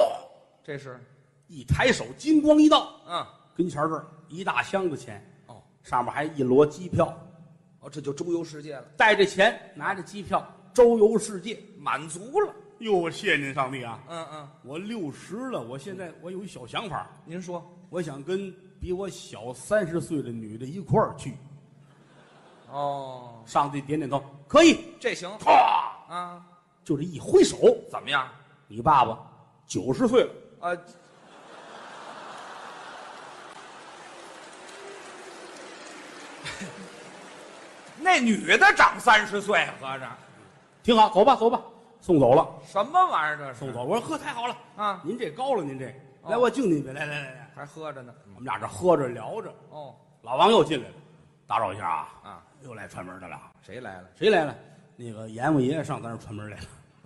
Speaker 2: 这是，
Speaker 1: 一抬手，金光一道，
Speaker 2: 嗯，
Speaker 1: 跟前儿这儿一大箱子钱，
Speaker 2: 哦
Speaker 1: 上面还一摞机票，
Speaker 2: 哦，这就周游世界了，
Speaker 1: 带着钱，拿着机票周游世界。
Speaker 2: 满足了。
Speaker 1: 哟，我谢谢您，上帝啊！
Speaker 2: 嗯嗯，
Speaker 1: 我六十了，我现在我有一小想法，
Speaker 2: 您说
Speaker 1: 我想跟比我小三十岁的女的一块儿去。
Speaker 2: 哦，
Speaker 1: 上帝点点头，可以。
Speaker 2: 这行
Speaker 1: 啪，
Speaker 2: 啊？
Speaker 1: 就这一挥手，
Speaker 2: 怎么样？
Speaker 1: 你爸爸九十岁了，
Speaker 2: 啊， 那女的长三十岁，合着
Speaker 1: 挺好，走吧，走吧，送走了，
Speaker 2: 什么玩意儿这是
Speaker 1: 送走。我说呵，太好了
Speaker 2: 啊
Speaker 1: 您这高了，您这
Speaker 2: 哦
Speaker 1: 来，我敬您一杯，来来来来，
Speaker 2: 还喝着呢。
Speaker 1: 我们俩这喝着聊着，
Speaker 2: 哦
Speaker 1: 老王又进来了，打扰一下啊，
Speaker 2: 啊，
Speaker 1: 又来串门的了，
Speaker 2: 谁来了？
Speaker 1: 谁来了？那个阎王爷上咱这串门来了。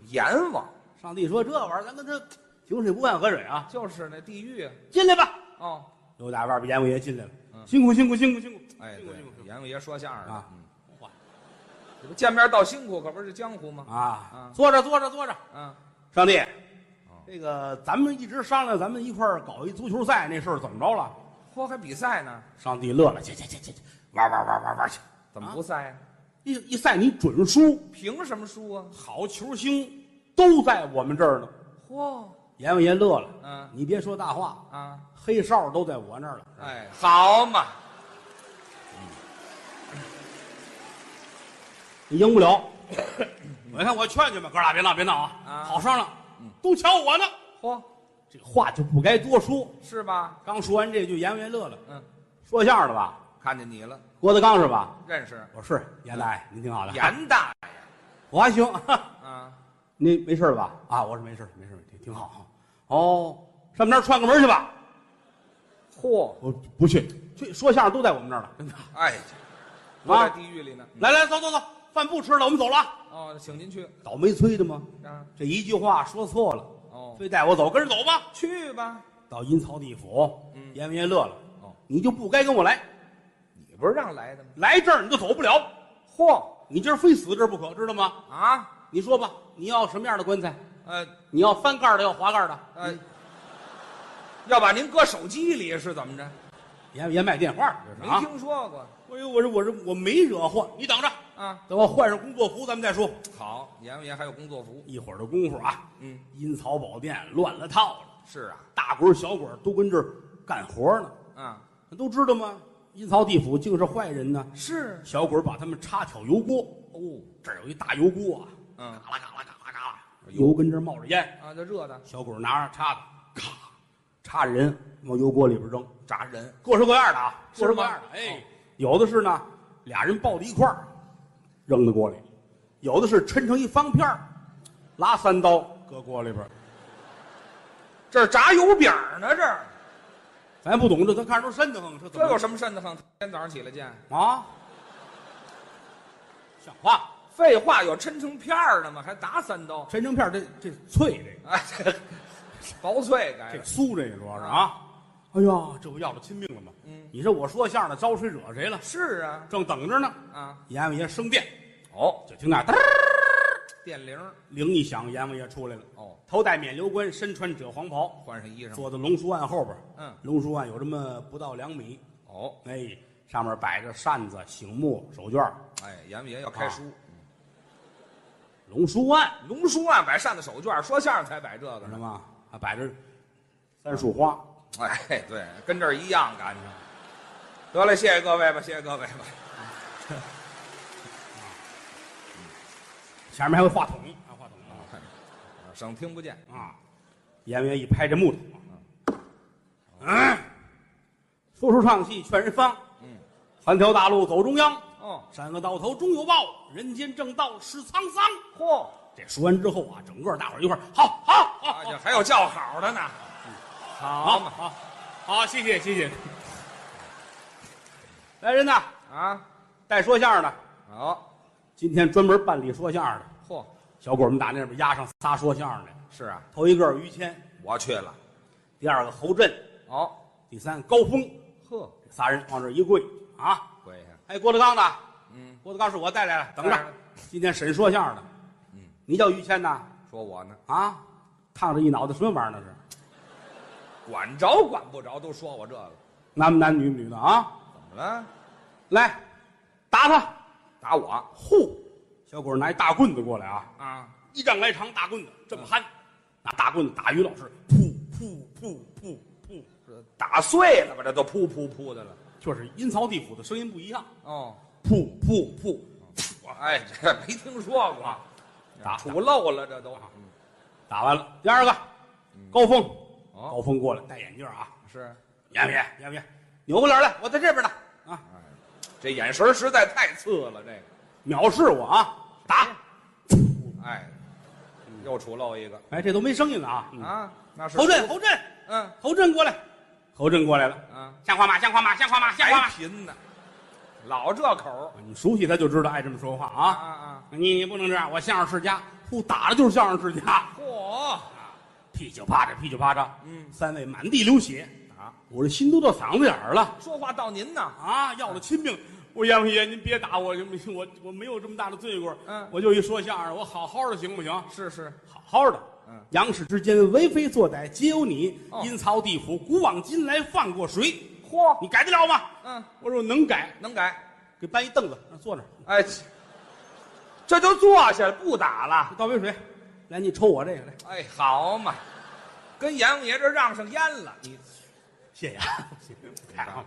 Speaker 2: 阎王
Speaker 1: 上帝说这玩意儿，咱跟这井水不犯河水啊，
Speaker 2: 就是那地狱啊
Speaker 1: 进来吧。
Speaker 2: 哦。
Speaker 1: 又打外边阎王爷进来了，
Speaker 2: 嗯
Speaker 1: 辛苦辛苦辛苦辛苦，
Speaker 2: 哎，
Speaker 1: 辛
Speaker 2: 对
Speaker 1: 苦辛苦，辛
Speaker 2: 阎王爷说相声的
Speaker 1: 啊
Speaker 2: 嗯
Speaker 1: 哇
Speaker 2: 这不见面道辛苦，可不是江湖吗
Speaker 1: 苦？啊
Speaker 2: 啊！
Speaker 1: 坐着坐着坐着，
Speaker 2: 啊，
Speaker 1: 上帝，这个咱们一直商量，咱们一块儿搞一足球赛，那事儿怎么着了？
Speaker 2: 嚯，还比赛呢？
Speaker 1: 上帝乐了，去去去去去，玩玩玩玩玩去，
Speaker 2: 怎么不赛呀？
Speaker 1: 一一赛你准输，
Speaker 2: 凭什么输啊？
Speaker 1: 好球星都在我们这儿呢。
Speaker 2: 嚯，
Speaker 1: 阎王爷乐了，
Speaker 2: 嗯
Speaker 1: 你别说大话，
Speaker 2: 啊，
Speaker 1: 黑哨都在我那儿了。
Speaker 2: 哎，好嘛，
Speaker 1: 你赢不了。我看我劝劝吧，哥俩别闹别闹啊，
Speaker 2: 啊
Speaker 1: 好商量，都瞧我呢。
Speaker 2: 嚯，
Speaker 1: 这个话就不该多说。
Speaker 2: 是吧？
Speaker 1: 刚说完这句，阎王爷乐了，
Speaker 2: 嗯，
Speaker 1: 说相声的吧？
Speaker 2: 看见你了，
Speaker 1: 郭德纲是吧？
Speaker 2: 认 识
Speaker 1: 我说是严大爷，您挺好的。
Speaker 2: 严大
Speaker 1: 我还行，
Speaker 2: 啊？
Speaker 1: 您没事吧？啊，我说没事，没事，挺挺好。哦，上那儿串个门去吧。
Speaker 2: 嚯，
Speaker 1: 我不去，去说相声都在我们这儿了，真的。
Speaker 2: 哎，我在
Speaker 1: 啊，
Speaker 2: 地狱里呢。
Speaker 1: 来来，走走走，饭不吃了，我们走了啊。
Speaker 2: 哦，请您去
Speaker 1: 倒霉催的吗？
Speaker 2: 啊。
Speaker 1: 这一句话说错了，
Speaker 2: 哦，
Speaker 1: 非带我走，跟着走吧。
Speaker 2: 去吧。
Speaker 1: 到阴曹地府，
Speaker 2: 嗯
Speaker 1: 阎王爷乐了
Speaker 2: 哦，
Speaker 1: 你就不该跟我来，
Speaker 2: 你不是让来的吗？
Speaker 1: 来这儿你就走不了，
Speaker 2: 嚯
Speaker 1: 你今儿非死这儿不可，知道吗？
Speaker 2: 啊，
Speaker 1: 你说吧，你要什么样的棺材？
Speaker 2: 呃
Speaker 1: 你要翻盖儿的，要滑盖儿的？
Speaker 2: 呃，要把您搁手机里是怎么着？
Speaker 1: 阎王爷卖电话这是
Speaker 2: 没
Speaker 1: 啊！
Speaker 2: 听说过
Speaker 1: 哎呦，我这我这我没惹祸，你等着，
Speaker 2: 啊。
Speaker 1: 等我换上工作服咱们再说。
Speaker 2: 好，阎王爷还有工作服。
Speaker 1: 一会儿的功夫啊，
Speaker 2: 嗯，
Speaker 1: 阴曹宝殿乱了套了，
Speaker 2: 是啊，
Speaker 1: 大鬼儿小鬼儿都跟这儿干活呢，
Speaker 2: 啊，
Speaker 1: 都知道吗？阴曹地府竟是坏人呢。
Speaker 2: 是
Speaker 1: 小鬼儿把他们插挑油锅，
Speaker 2: 嗯哦，
Speaker 1: 这儿有一大油锅啊，
Speaker 2: 嗯
Speaker 1: 嘎啦嘎啦嘎啦嘎啦，油跟这儿冒着烟。
Speaker 2: 啊，这热的
Speaker 1: 小鬼儿拿着叉子，咔，插着人往油锅里边扔，
Speaker 2: 扎人，
Speaker 1: 各式各样的啊，各式各样的。
Speaker 2: 是吗
Speaker 1: 哎，有的是呢，俩人抱在一块儿扔到锅里，有的是抻成一方片儿，拉三刀搁锅里边儿。
Speaker 2: 这儿炸油饼呢，这儿
Speaker 1: 咱不懂这，咱看着都瘆得慌，这怎
Speaker 2: 这有
Speaker 1: 么
Speaker 2: 什么瘆得慌？天天早上起来见，
Speaker 1: 啊？像话，
Speaker 2: 废话，有抻成片儿的吗？还打三刀？
Speaker 1: 抻成片儿这这脆这个
Speaker 2: 哎， 这薄脆
Speaker 1: 这
Speaker 2: 感，
Speaker 1: 酥这个主要是啊。哎呀，这不要了亲命了吗？
Speaker 2: 嗯
Speaker 1: 你说我说相声的招谁惹谁了？
Speaker 2: 是啊
Speaker 1: 正等着呢，
Speaker 2: 啊，
Speaker 1: 阎王爷升殿，
Speaker 2: 哦，
Speaker 1: 就听那嘚儿
Speaker 2: 电铃儿
Speaker 1: 铃一响，阎王爷出来了，
Speaker 2: 哦，
Speaker 1: 头戴冕旒冠，身穿赭黄袍，
Speaker 2: 换上衣裳，
Speaker 1: 坐在龙书案后边。
Speaker 2: 嗯，
Speaker 1: 龙书案有这么不到两米，
Speaker 2: 哦，
Speaker 1: 哎，上面摆着扇子、醒目、手绢儿。
Speaker 2: 哎，阎王爷要开书，
Speaker 1: 啊龙书案
Speaker 2: 龙书案摆扇子手绢，说相声才摆这个
Speaker 1: 知道
Speaker 2: 呢，
Speaker 1: 吗？还摆着三束花，
Speaker 2: 哎，对，跟这儿一样感觉。得了，谢谢各位吧，谢谢各位吧。
Speaker 1: 前面还有话筒，还有话筒啊
Speaker 2: 啊省听不见。
Speaker 1: 啊！阎王爷一拍这木头，嗯，说书唱戏劝人方，
Speaker 2: 嗯，
Speaker 1: 三条大路走中央，
Speaker 2: 哦，
Speaker 1: 善恶到头终有报，人间正道是沧桑。
Speaker 2: 嚯，
Speaker 1: 这说完之后啊，整个大伙儿一块儿，好好好
Speaker 2: 啊，这还有叫好的呢。好
Speaker 1: 好
Speaker 2: 嘛，
Speaker 1: 好，好，谢谢谢谢。来人呐，
Speaker 2: 啊，
Speaker 1: 带说相声的，
Speaker 2: 好，
Speaker 1: 今天专门办理说相声的，
Speaker 2: 嚯，
Speaker 1: 小鬼儿们打那边压上仨说相声的，
Speaker 2: 是啊，
Speaker 1: 头一个是于谦，
Speaker 2: 我去了，
Speaker 1: 第二个侯震，
Speaker 2: 哦，
Speaker 1: 第三个高峰，
Speaker 2: 呵，
Speaker 1: 这仨人往这一跪啊，
Speaker 2: 跪下，
Speaker 1: 哎，郭德纲呢？
Speaker 2: 嗯，
Speaker 1: 郭德纲是我带来的，等
Speaker 2: 当然
Speaker 1: 着
Speaker 2: 了，
Speaker 1: 今天审说相声的，
Speaker 2: 嗯，
Speaker 1: 你叫于谦呐？
Speaker 2: 说我呢，
Speaker 1: 啊，烫着一脑袋什么玩意儿那是？
Speaker 2: 管着管不着都说我这个，
Speaker 1: 男不男女不女的啊？
Speaker 2: 怎么了？
Speaker 1: 来，打他！
Speaker 2: 打我
Speaker 1: 呼，小鬼儿拿一大棍子过来啊，
Speaker 2: 啊？
Speaker 1: 一丈来长大棍子，这么憨，拿大棍子打于老师，噗噗噗噗噗，
Speaker 2: 这打碎了吧？这都噗噗噗的了。
Speaker 1: 就是阴曹地府的声音不一样，
Speaker 2: 哦，
Speaker 1: 噗噗噗，
Speaker 2: 哎，这没听说过，
Speaker 1: 打
Speaker 2: 杵漏了这都。
Speaker 1: 打完了，第二个，高峰，
Speaker 2: 哦
Speaker 1: 高峰过来，戴眼镜啊，
Speaker 2: 是，
Speaker 1: 演不演？演不演？扭过脸来，我在这边呢啊！
Speaker 2: 这眼神实在太次了，这个。
Speaker 1: 藐视我啊！打！
Speaker 2: 哎，又杵漏一个
Speaker 1: 哎，这都没声音了啊！嗯
Speaker 2: 啊？那是
Speaker 1: 侯震，侯震，
Speaker 2: 嗯
Speaker 1: 侯震过来，侯震过来了，
Speaker 2: 啊，
Speaker 1: 像话吗？像话吗？像话吗？像话
Speaker 2: 还
Speaker 1: 吗？啊
Speaker 2: 贫呢，老这口
Speaker 1: 你熟悉他就知道爱这么说话
Speaker 2: 啊
Speaker 1: 啊！
Speaker 2: 啊！
Speaker 1: 你你不能这样，我相声世家，呼打的就是相声世家，
Speaker 2: 啊嚯，
Speaker 1: 噼里啪嚓，噼里啪嚓，
Speaker 2: 嗯，
Speaker 1: 三位满地流血，
Speaker 2: 啊，
Speaker 1: 我这心都到嗓子眼儿了
Speaker 2: 说话到您呢，
Speaker 1: 啊！要了亲命，我阎王爷您别打我，我我没有这么大的罪过，
Speaker 2: 嗯
Speaker 1: 我就一说相声，我好好的行不行？
Speaker 2: 是是，
Speaker 1: 好好的。
Speaker 2: 嗯，
Speaker 1: 杨氏之间为非作歹，皆有你。
Speaker 2: 哦
Speaker 1: 阴曹地府，古往今来放过谁？
Speaker 2: 嚯，
Speaker 1: 你改得了吗？
Speaker 2: 嗯，
Speaker 1: 我说我能改，
Speaker 2: 能改，
Speaker 1: 给搬一凳子那儿坐着，
Speaker 2: 哎，这就坐下了，不打了。
Speaker 1: 倒杯水。来，你抽我这个来，
Speaker 2: 哎，好嘛，跟阎王爷这让上烟了，你
Speaker 1: 谢谢啊， 谢谢太好了。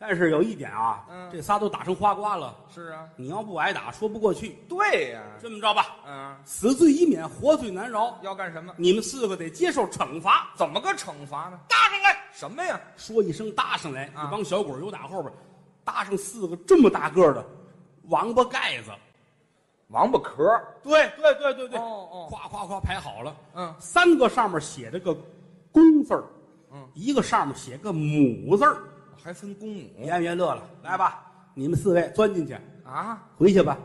Speaker 1: 但是有一点啊，
Speaker 2: 嗯
Speaker 1: 这仨都打成花瓜了，
Speaker 2: 是啊，
Speaker 1: 你要不挨打说不过去。
Speaker 2: 对呀、
Speaker 1: 这么着吧，
Speaker 2: 嗯，
Speaker 1: 死罪已免，活罪难饶，
Speaker 2: 要干什么？
Speaker 1: 你们四个得接受惩罚。
Speaker 2: 怎么个惩罚呢？
Speaker 1: 搭上来，
Speaker 2: 什么呀？
Speaker 1: 说一声搭上来，
Speaker 2: 啊
Speaker 1: 一帮小鬼儿由打后边，搭上四个这么大个儿的王八盖子。
Speaker 2: 王八壳儿
Speaker 1: 对对对对对，
Speaker 2: 哦哦
Speaker 1: 夸夸夸排好了，
Speaker 2: 嗯
Speaker 1: 三个上面写着个公字儿，
Speaker 2: 嗯，
Speaker 1: 一个上面写个母字儿。
Speaker 2: 还分公母
Speaker 1: 阎王爷乐了，来吧，你们四位钻进去，
Speaker 2: 啊？
Speaker 1: 回去吧，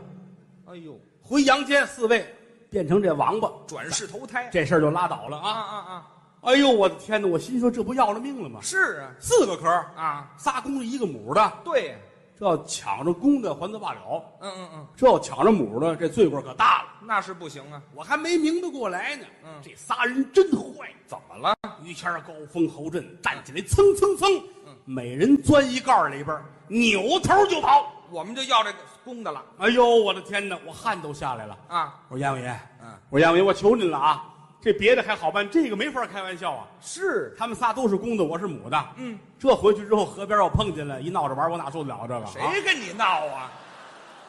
Speaker 2: 哎呦，
Speaker 1: 回阳间，四位变成这王八，
Speaker 2: 转世投胎
Speaker 1: 这事儿就拉倒了
Speaker 2: 啊
Speaker 1: 啊！
Speaker 2: 啊啊！
Speaker 1: 哎呦，我的天哪，我心说这不要了命了吗？
Speaker 2: 是啊
Speaker 1: 四个壳儿，
Speaker 2: 啊，
Speaker 1: 仨公的，一个母的，
Speaker 2: 对呀，
Speaker 1: 这要抢着公的还则罢了，
Speaker 2: 嗯嗯嗯，
Speaker 1: 这要抢着母的，这罪过可大了。
Speaker 2: 那是不行啊。
Speaker 1: 我还没明白过来呢，
Speaker 2: 嗯
Speaker 1: 这仨人真坏。
Speaker 2: 怎么了？
Speaker 1: 于谦儿、高峰、侯震站起来，蹭蹭蹭，
Speaker 2: 嗯
Speaker 1: 每人钻一盖儿里边儿，扭头就跑。
Speaker 2: 我们就要这个公的了
Speaker 1: 哎呦，我的天哪，我汗都下来了。
Speaker 2: 啊？
Speaker 1: 我说阎王爷，
Speaker 2: 嗯，
Speaker 1: 我说阎王爷，我求您了啊！这别的还好办，这个没法开玩笑啊。
Speaker 2: 是，
Speaker 1: 他们仨都是公的，我是母的。
Speaker 2: 嗯，
Speaker 1: 这回去之后，河边要碰见了，一闹着玩儿，我哪受得了这个？啊
Speaker 2: 谁跟你闹啊？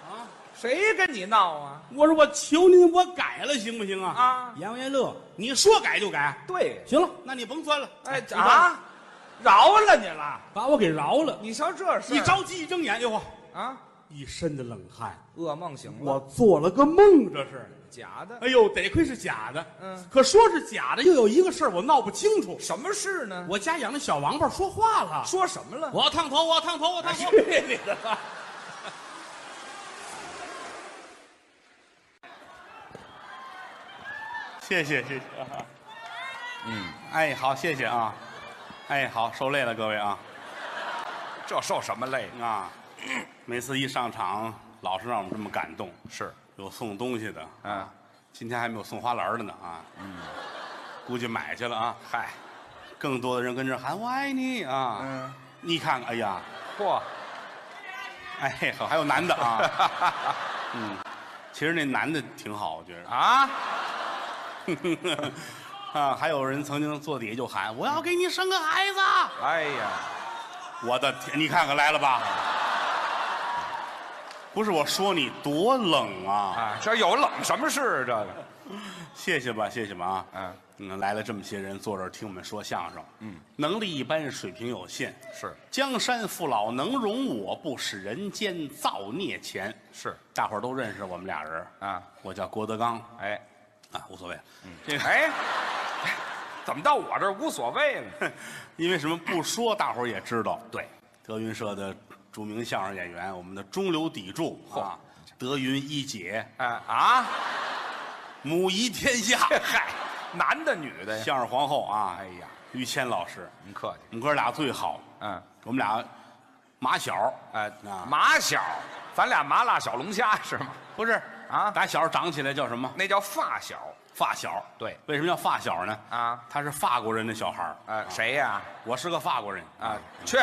Speaker 1: 啊！
Speaker 2: 谁跟你闹啊？
Speaker 1: 我说我求您，我改了行不行啊？
Speaker 2: 啊
Speaker 1: 阎王爷乐，你说改就改。
Speaker 2: 对呀，
Speaker 1: 行了，那你甭钻了。
Speaker 2: 哎
Speaker 1: 不钻了，
Speaker 2: 啊，饶了你了，
Speaker 1: 把我给饶了。
Speaker 2: 你瞧这事儿
Speaker 1: 一着急一睁眼，哟呵，
Speaker 2: 啊，
Speaker 1: 一身的冷汗。
Speaker 2: 噩梦醒了，
Speaker 1: 我做了个梦，这是。
Speaker 2: 假的，
Speaker 1: 哎呦，得亏是假的。
Speaker 2: 嗯
Speaker 1: 可说是假的，又有一个事儿我闹不清楚。
Speaker 2: 什么事呢？
Speaker 1: 我家养的小王八说话了，
Speaker 2: 说什么了？
Speaker 1: 我要烫头，我要烫头，我要烫头。
Speaker 2: 你的吧！
Speaker 5: 谢谢谢谢。嗯，哎，好，谢谢啊。哎，好，受累了各位啊
Speaker 2: 这受什么累？
Speaker 5: 啊！ 每次一上场，老是让我们这么感动。
Speaker 2: 是，
Speaker 5: 有送东西的，
Speaker 2: 嗯，
Speaker 5: 今天还没有送花篮的呢啊。嗯，估计买去了啊。
Speaker 2: 嗨，
Speaker 5: 更多的人跟这喊“我爱你”啊。
Speaker 2: 嗯，
Speaker 5: 你看看，哎 呀，
Speaker 2: 嚯，
Speaker 5: 哎，好，还有男的啊。 嗯，其实那男的挺好，我觉得。
Speaker 2: 啊，
Speaker 5: 啊，还有人曾经坐底下就喊：“我要给你生个孩子。”
Speaker 2: 哎呀，
Speaker 5: 我的天，你看看来了吧？不是我说你多冷啊！
Speaker 2: 啊，这有冷什么事？这个，
Speaker 5: 谢谢吧，谢谢吧啊！
Speaker 2: 嗯，
Speaker 5: 嗯，来了这么些人坐这儿听我们说相声，
Speaker 2: 嗯，
Speaker 5: 能力一般，水平有限。
Speaker 2: 是
Speaker 5: 江山父老能容我，不使人间造孽钱。
Speaker 2: 是
Speaker 5: 大伙儿都认识我们俩人
Speaker 2: 啊，
Speaker 5: 我叫郭德纲
Speaker 2: 哎，
Speaker 5: 啊，无所谓。
Speaker 2: 这哎， 怎么到我这儿无所谓了？
Speaker 5: 因为什么不说，大伙儿也知道。
Speaker 2: 对，
Speaker 5: 德云社的
Speaker 1: 著名相声演员，我们的中流砥柱啊，德云一姐，
Speaker 2: 哎啊，
Speaker 1: 母仪天下，
Speaker 2: 嗨，男的女的呀？
Speaker 1: 相声皇后啊，
Speaker 2: 哎呀，
Speaker 1: 于谦老师，
Speaker 2: 您客气。
Speaker 1: 我们哥俩最好，
Speaker 2: 嗯，
Speaker 1: 我们俩马小，
Speaker 2: 哎
Speaker 1: 啊，
Speaker 2: 马小，咱俩麻辣小龙虾是吗？
Speaker 1: 不是
Speaker 2: 啊
Speaker 1: 打小长起来叫什么？
Speaker 2: 那叫发小。
Speaker 1: 发小。
Speaker 2: 对
Speaker 1: 为什么叫发小呢？
Speaker 2: 啊
Speaker 1: 他是法国人的小孩儿
Speaker 2: 哎，谁呀？
Speaker 1: 我是个法国人
Speaker 2: 啊，去，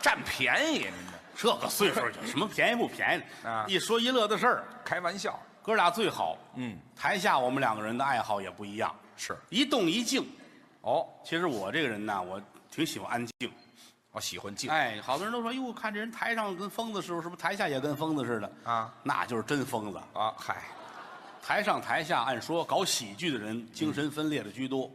Speaker 2: 占便宜您这
Speaker 1: 这个岁数有什么便宜不便宜的
Speaker 2: 啊
Speaker 1: 一说一乐的事儿，
Speaker 2: 开玩笑
Speaker 1: 哥俩最好。
Speaker 2: 嗯，
Speaker 1: 台下我们两个人的爱好也不一样，
Speaker 2: 是
Speaker 1: 一动一静。
Speaker 2: 哦，
Speaker 1: 其实我这个人呢，我挺喜欢安静。
Speaker 2: 我喜欢静
Speaker 1: 哎，好多人都说，哟，看这人台上跟疯子似的，是不是台下也跟疯子似的？
Speaker 2: 啊，
Speaker 1: 那就是真疯子。
Speaker 2: 啊，嗨，
Speaker 1: 台上台下，按说搞喜剧的人精神分裂的居多。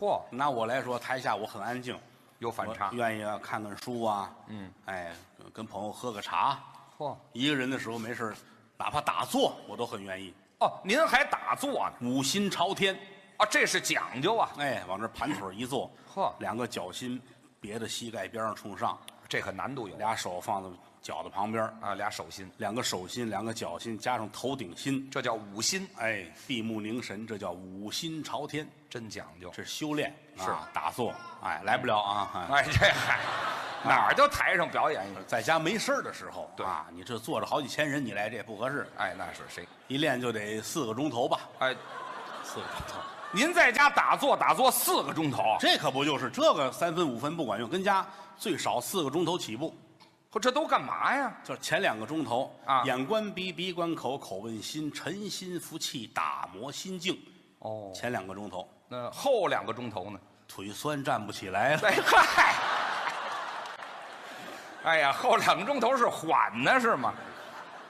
Speaker 2: 嚯，
Speaker 1: 拿我来说，台下我很安静，
Speaker 2: 有嗯反差
Speaker 1: 我，愿意啊看看书啊，
Speaker 2: 嗯，
Speaker 1: 哎，跟朋友喝个茶，
Speaker 2: 嚯，
Speaker 1: 一个人的时候没事儿哪怕打坐我都很愿意。
Speaker 2: 哦，您还打坐呢？
Speaker 1: 五心朝天，
Speaker 2: 啊，这是讲究啊，
Speaker 1: 哎，往这盘腿一坐，
Speaker 2: 呵
Speaker 1: 两个脚心别的膝盖边上冲上，
Speaker 2: 这可难度有
Speaker 1: 俩手放在脚的旁边儿，
Speaker 2: 啊，俩手心，
Speaker 1: 两个手心，两个脚心，加上头顶心，
Speaker 2: 这叫五心，
Speaker 1: 哎，闭目凝神，这叫五心朝天，
Speaker 2: 真讲究。
Speaker 1: 这是修炼，
Speaker 2: 是
Speaker 1: 啊打坐，哎，来不了啊，哎
Speaker 2: 哎，这嗨，哪儿就台上表演一个？
Speaker 1: 在家没事儿的时候，
Speaker 2: 对
Speaker 1: 啊，你这坐着好几千人，你来这也不合适，
Speaker 2: 哎，那是谁？
Speaker 1: 一练就得四个钟头吧，
Speaker 2: 哎，
Speaker 1: 四个钟头，
Speaker 2: 您在家打坐打坐四个钟头，啊
Speaker 1: 这可不就是这个三分五分不管用，跟家最少四个钟头起步，
Speaker 2: 这这都干嘛呀？
Speaker 1: 就是前两个钟头
Speaker 2: 啊
Speaker 1: 眼观鼻，鼻观口，口问心，沉心服气，打磨心境。
Speaker 2: 哦，
Speaker 1: 前两个钟头
Speaker 2: 那呃后两个钟头呢？
Speaker 1: 腿酸站不起来了，
Speaker 2: 哎嗨， 哎呀，后两个钟头是缓呢 是吗？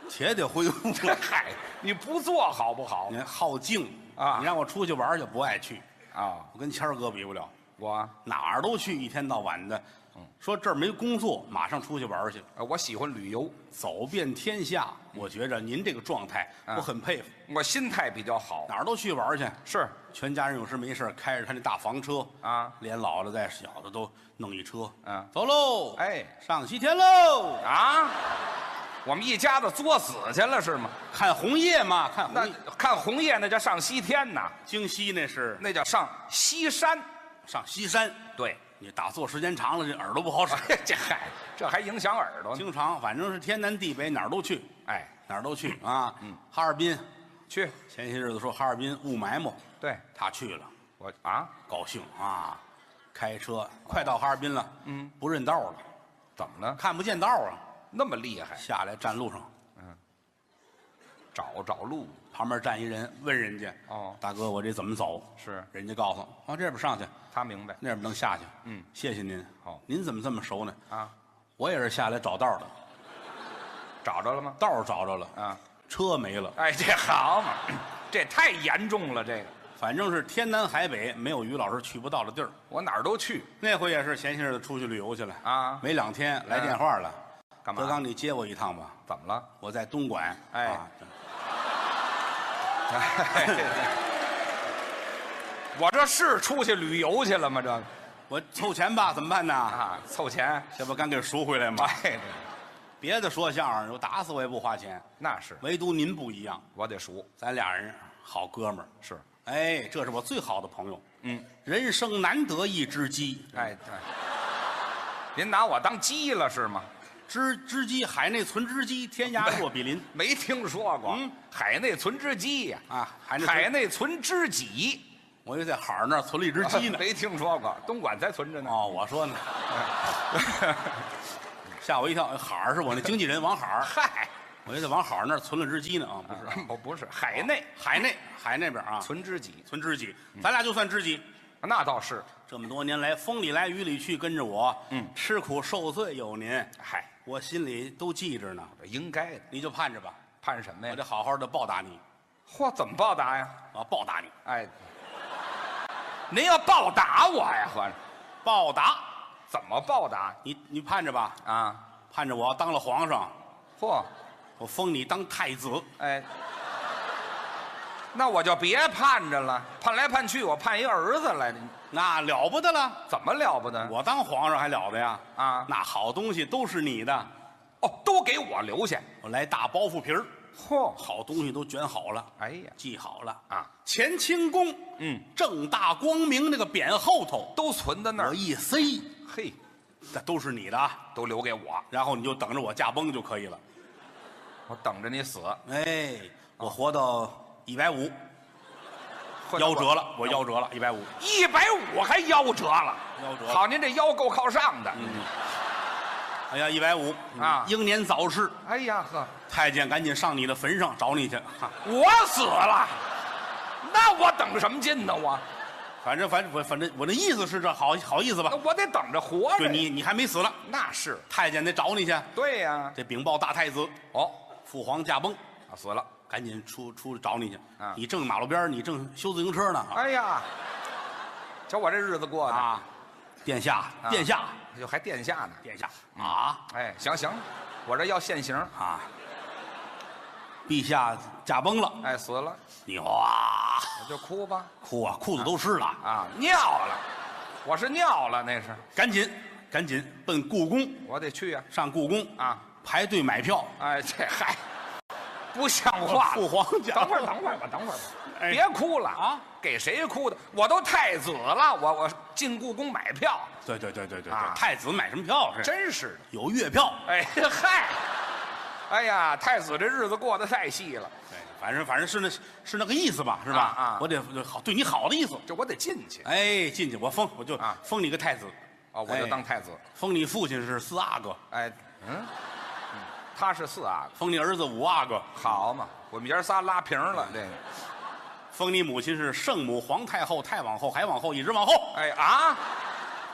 Speaker 1: 且得恢复。
Speaker 2: 嗨，你不做好不好
Speaker 1: 你看好静
Speaker 2: 啊
Speaker 1: 你让我出去玩儿就不爱去，
Speaker 2: 啊？
Speaker 1: 我跟谦儿哥比不了，
Speaker 2: 我啊
Speaker 1: 哪儿都去，一天到晚的。
Speaker 2: 嗯
Speaker 1: 说这儿没工作，马上出去玩儿去，
Speaker 2: 呃我喜欢旅游，
Speaker 1: 走遍天下。我觉着您这个状态，
Speaker 2: 啊
Speaker 1: 我很佩服，
Speaker 2: 我心态比较好。
Speaker 1: 哪儿都去玩儿去。
Speaker 2: 是
Speaker 1: 全家人有事没事儿开着他那大房车
Speaker 2: 啊
Speaker 1: 连老的带小的都弄一车，
Speaker 2: 嗯
Speaker 1: 走喽，
Speaker 2: 哎
Speaker 1: 上西天喽，
Speaker 2: 啊，我们一家子作死去了是吗？
Speaker 1: 看红叶嘛，看红
Speaker 2: 那
Speaker 1: 叶，
Speaker 2: 看红叶那叫上西天呐，
Speaker 1: 京西那是
Speaker 2: 那叫上西山。
Speaker 1: 上西山，
Speaker 2: 对，
Speaker 1: 你打坐时间长了，这耳朵不好使，
Speaker 2: 哎这嗨，这还影响耳朵呢。
Speaker 1: 经常反正是天南地北哪儿都去，
Speaker 2: 哎，
Speaker 1: 哪儿都去啊，
Speaker 2: 嗯
Speaker 1: 哈尔滨
Speaker 2: 去，
Speaker 1: 前些日子说哈尔滨雾霾嘛，
Speaker 2: 对
Speaker 1: 他去了，
Speaker 2: 我啊，
Speaker 1: 高兴啊，开车快到哈尔滨了，嗯，不认道了，
Speaker 2: 怎么了？
Speaker 1: 看不见道啊，
Speaker 2: 那么厉害，
Speaker 1: 下来站路上。
Speaker 2: 找找路
Speaker 1: 旁边站一人，问人家：“
Speaker 2: 哦
Speaker 1: 大哥，我这怎么走？”
Speaker 2: 是
Speaker 1: 人家告诉我：“往这边上去，
Speaker 2: 他明白。
Speaker 1: 那边能下去。”
Speaker 2: 嗯，
Speaker 1: 谢谢您。
Speaker 2: 好
Speaker 1: 您怎么这么熟呢？
Speaker 2: 啊，
Speaker 1: 我也是下来找道的，
Speaker 2: 找着了吗？
Speaker 1: 道儿找着了，
Speaker 2: 啊，
Speaker 1: 车没了，
Speaker 2: 哎，这好嘛， 这太严重了，这个
Speaker 1: 反正是天南海北没有于老师去不到的地儿。
Speaker 2: 我哪儿都去
Speaker 1: 那回也是前些日子出去旅游去了
Speaker 2: 啊
Speaker 1: 没两天来电话了，
Speaker 2: 干
Speaker 1: 德
Speaker 2: 嘛？
Speaker 1: 刚，你接我一趟吧，
Speaker 2: 怎么了？
Speaker 1: 我在东莞。
Speaker 2: 哎
Speaker 1: 啊
Speaker 2: 我这是出去旅游去了吗？这个
Speaker 1: 我凑钱吧，怎么办呢？
Speaker 2: 啊，凑钱，
Speaker 1: 这不刚给赎回来吗？
Speaker 2: 哎，
Speaker 1: 别的说相声，我打死我也不花钱，
Speaker 2: 那是
Speaker 1: 唯独您不一样。
Speaker 2: 我得数
Speaker 1: 咱俩人好哥们儿，
Speaker 2: 是，
Speaker 1: 哎，这是我最好的朋友，
Speaker 2: 嗯，
Speaker 1: 人生难得一知己，
Speaker 2: 哎，哎您拿我当鸡了是吗？
Speaker 1: 知知己海内存知己，天涯若比邻
Speaker 2: 没听说过，
Speaker 1: 嗯
Speaker 2: 海内存知鸡呀、
Speaker 1: 啊！海内
Speaker 2: 海
Speaker 1: 海，
Speaker 2: 内存知己，
Speaker 1: 我又在海儿那儿存了一只鸡呢。
Speaker 2: 没听说过，东莞才存着呢。
Speaker 1: 哦，我说 呢，吓我一跳，海儿是我那经纪人王海儿，
Speaker 2: 嗨，
Speaker 1: 我又在王海儿那儿存了只鸡呢啊，不是哦
Speaker 2: 不不是海内
Speaker 1: 海内海那边啊，存
Speaker 2: 存嗯知己，
Speaker 1: 存知己，咱俩就算知己。
Speaker 2: 那倒是，
Speaker 1: 这么多年来，风里来雨里去，跟着我，
Speaker 2: 嗯
Speaker 1: 吃苦受罪有您，
Speaker 2: 嗨，
Speaker 1: 我心里都记着呢。
Speaker 2: 应该的。
Speaker 1: 你就盼着吧，
Speaker 2: 盼什么呀
Speaker 1: 我得？好好的报答你，
Speaker 2: 嚯，怎么报答呀？
Speaker 1: 我要报答你，
Speaker 2: 哎，您要报答我呀？合着
Speaker 1: 报答
Speaker 2: 怎么报答
Speaker 1: 你，你盼着吧，
Speaker 2: 啊？
Speaker 1: 盼着我要当了皇上，
Speaker 2: 嚯，
Speaker 1: 我封你当太子，
Speaker 2: 哎，那我就别盼着了，盼来盼去，我盼一儿子来，你
Speaker 1: 那了不得了，
Speaker 2: 怎么了不得？
Speaker 1: 我当皇上还了得呀？
Speaker 2: 啊
Speaker 1: 那好东西都是你的，
Speaker 2: 哦，都给我留下。
Speaker 1: 我来大包袱皮儿，
Speaker 2: 嚯、
Speaker 1: 好东西都卷好了，
Speaker 2: 哎呀，
Speaker 1: 记好了
Speaker 2: 啊！
Speaker 1: 乾清宫，
Speaker 2: 嗯，
Speaker 1: 正大光明那个匾后头，
Speaker 2: 都存在那
Speaker 1: 我
Speaker 2: 儿，
Speaker 1: 一塞，
Speaker 2: 嘿，
Speaker 1: 这都是你的啊。
Speaker 2: 都留给我，
Speaker 1: 然后你就等着我驾崩就可以了。
Speaker 2: 我等着你死。
Speaker 1: 哎，我活到一百五，
Speaker 2: 或者
Speaker 1: 夭
Speaker 2: 我
Speaker 1: 折了，我夭折了，一百五，
Speaker 2: 一百五还夭折了，
Speaker 1: 夭折了
Speaker 2: 好，您这腰够靠上的。
Speaker 1: 嗯哎呀，一百五
Speaker 2: 啊
Speaker 1: 英年早逝，
Speaker 2: 哎呀呵，
Speaker 1: 太监赶紧上你的坟上找你去。哈
Speaker 2: 我死了，那我等什么劲呢？我
Speaker 1: 反正反正我反正我的意思是这好好意思吧
Speaker 2: 那？我得等着活着
Speaker 1: 对
Speaker 2: 呀。
Speaker 1: 你你还没死呢，
Speaker 2: 那是
Speaker 1: 太监得找你去。
Speaker 2: 对呀、
Speaker 1: 这禀报大太子，
Speaker 2: 哦，
Speaker 1: 父皇驾崩，
Speaker 2: 啊死了。
Speaker 1: 赶紧出出去找你去
Speaker 2: 啊。
Speaker 1: 你正马路边儿你正修自行车呢。
Speaker 2: 哎呀，瞧我这日子过的，
Speaker 1: 啊，殿下，
Speaker 2: 啊
Speaker 1: 殿下，
Speaker 2: 就还殿下呢。
Speaker 1: 殿下啊
Speaker 2: 哎，行行，我这要现行。
Speaker 1: 啊！陛下驾崩了，
Speaker 2: 哎，死了，
Speaker 1: 你哇
Speaker 2: 我就哭吧。
Speaker 1: 哭啊，裤子都湿了，
Speaker 2: 啊，尿了，我是尿了，那是，
Speaker 1: 赶紧赶紧奔故宫，
Speaker 2: 我得去呀、
Speaker 1: 上故宫
Speaker 2: 啊。啊，
Speaker 1: 排队买票。
Speaker 2: 哎，这嗨，不像话
Speaker 1: 父
Speaker 2: 了。
Speaker 1: 皇驾
Speaker 2: 等会儿，等会儿吧，等会儿吧，
Speaker 1: 哎
Speaker 2: 别哭了
Speaker 1: 啊！
Speaker 2: 给谁哭的？我都太子了，我我进故宫买票，
Speaker 1: 对对对对对
Speaker 2: 啊
Speaker 1: 对，太子买什么票是？
Speaker 2: 真是的。
Speaker 1: 有月票。
Speaker 2: 哎嗨，哎呀，太子这日子过得太细了，
Speaker 1: 对，哎反正反正是那是那个意思吧，是吧？
Speaker 2: 啊啊
Speaker 1: 我得好对你好的意思。
Speaker 2: 这我得进去
Speaker 1: 哎，进去我封，我就
Speaker 2: 啊
Speaker 1: 封你个太子，
Speaker 2: 啊，我就
Speaker 1: 哎
Speaker 2: 当太子。
Speaker 1: 封你父亲是四阿哥，
Speaker 2: 哎，嗯，他是四阿哥，
Speaker 1: 封你儿子五阿哥，
Speaker 2: 好嘛，我们爷儿仨拉平了这个。
Speaker 1: 封你母亲是圣母、皇太后、太往后，还往后，一直往后。
Speaker 2: 哎啊，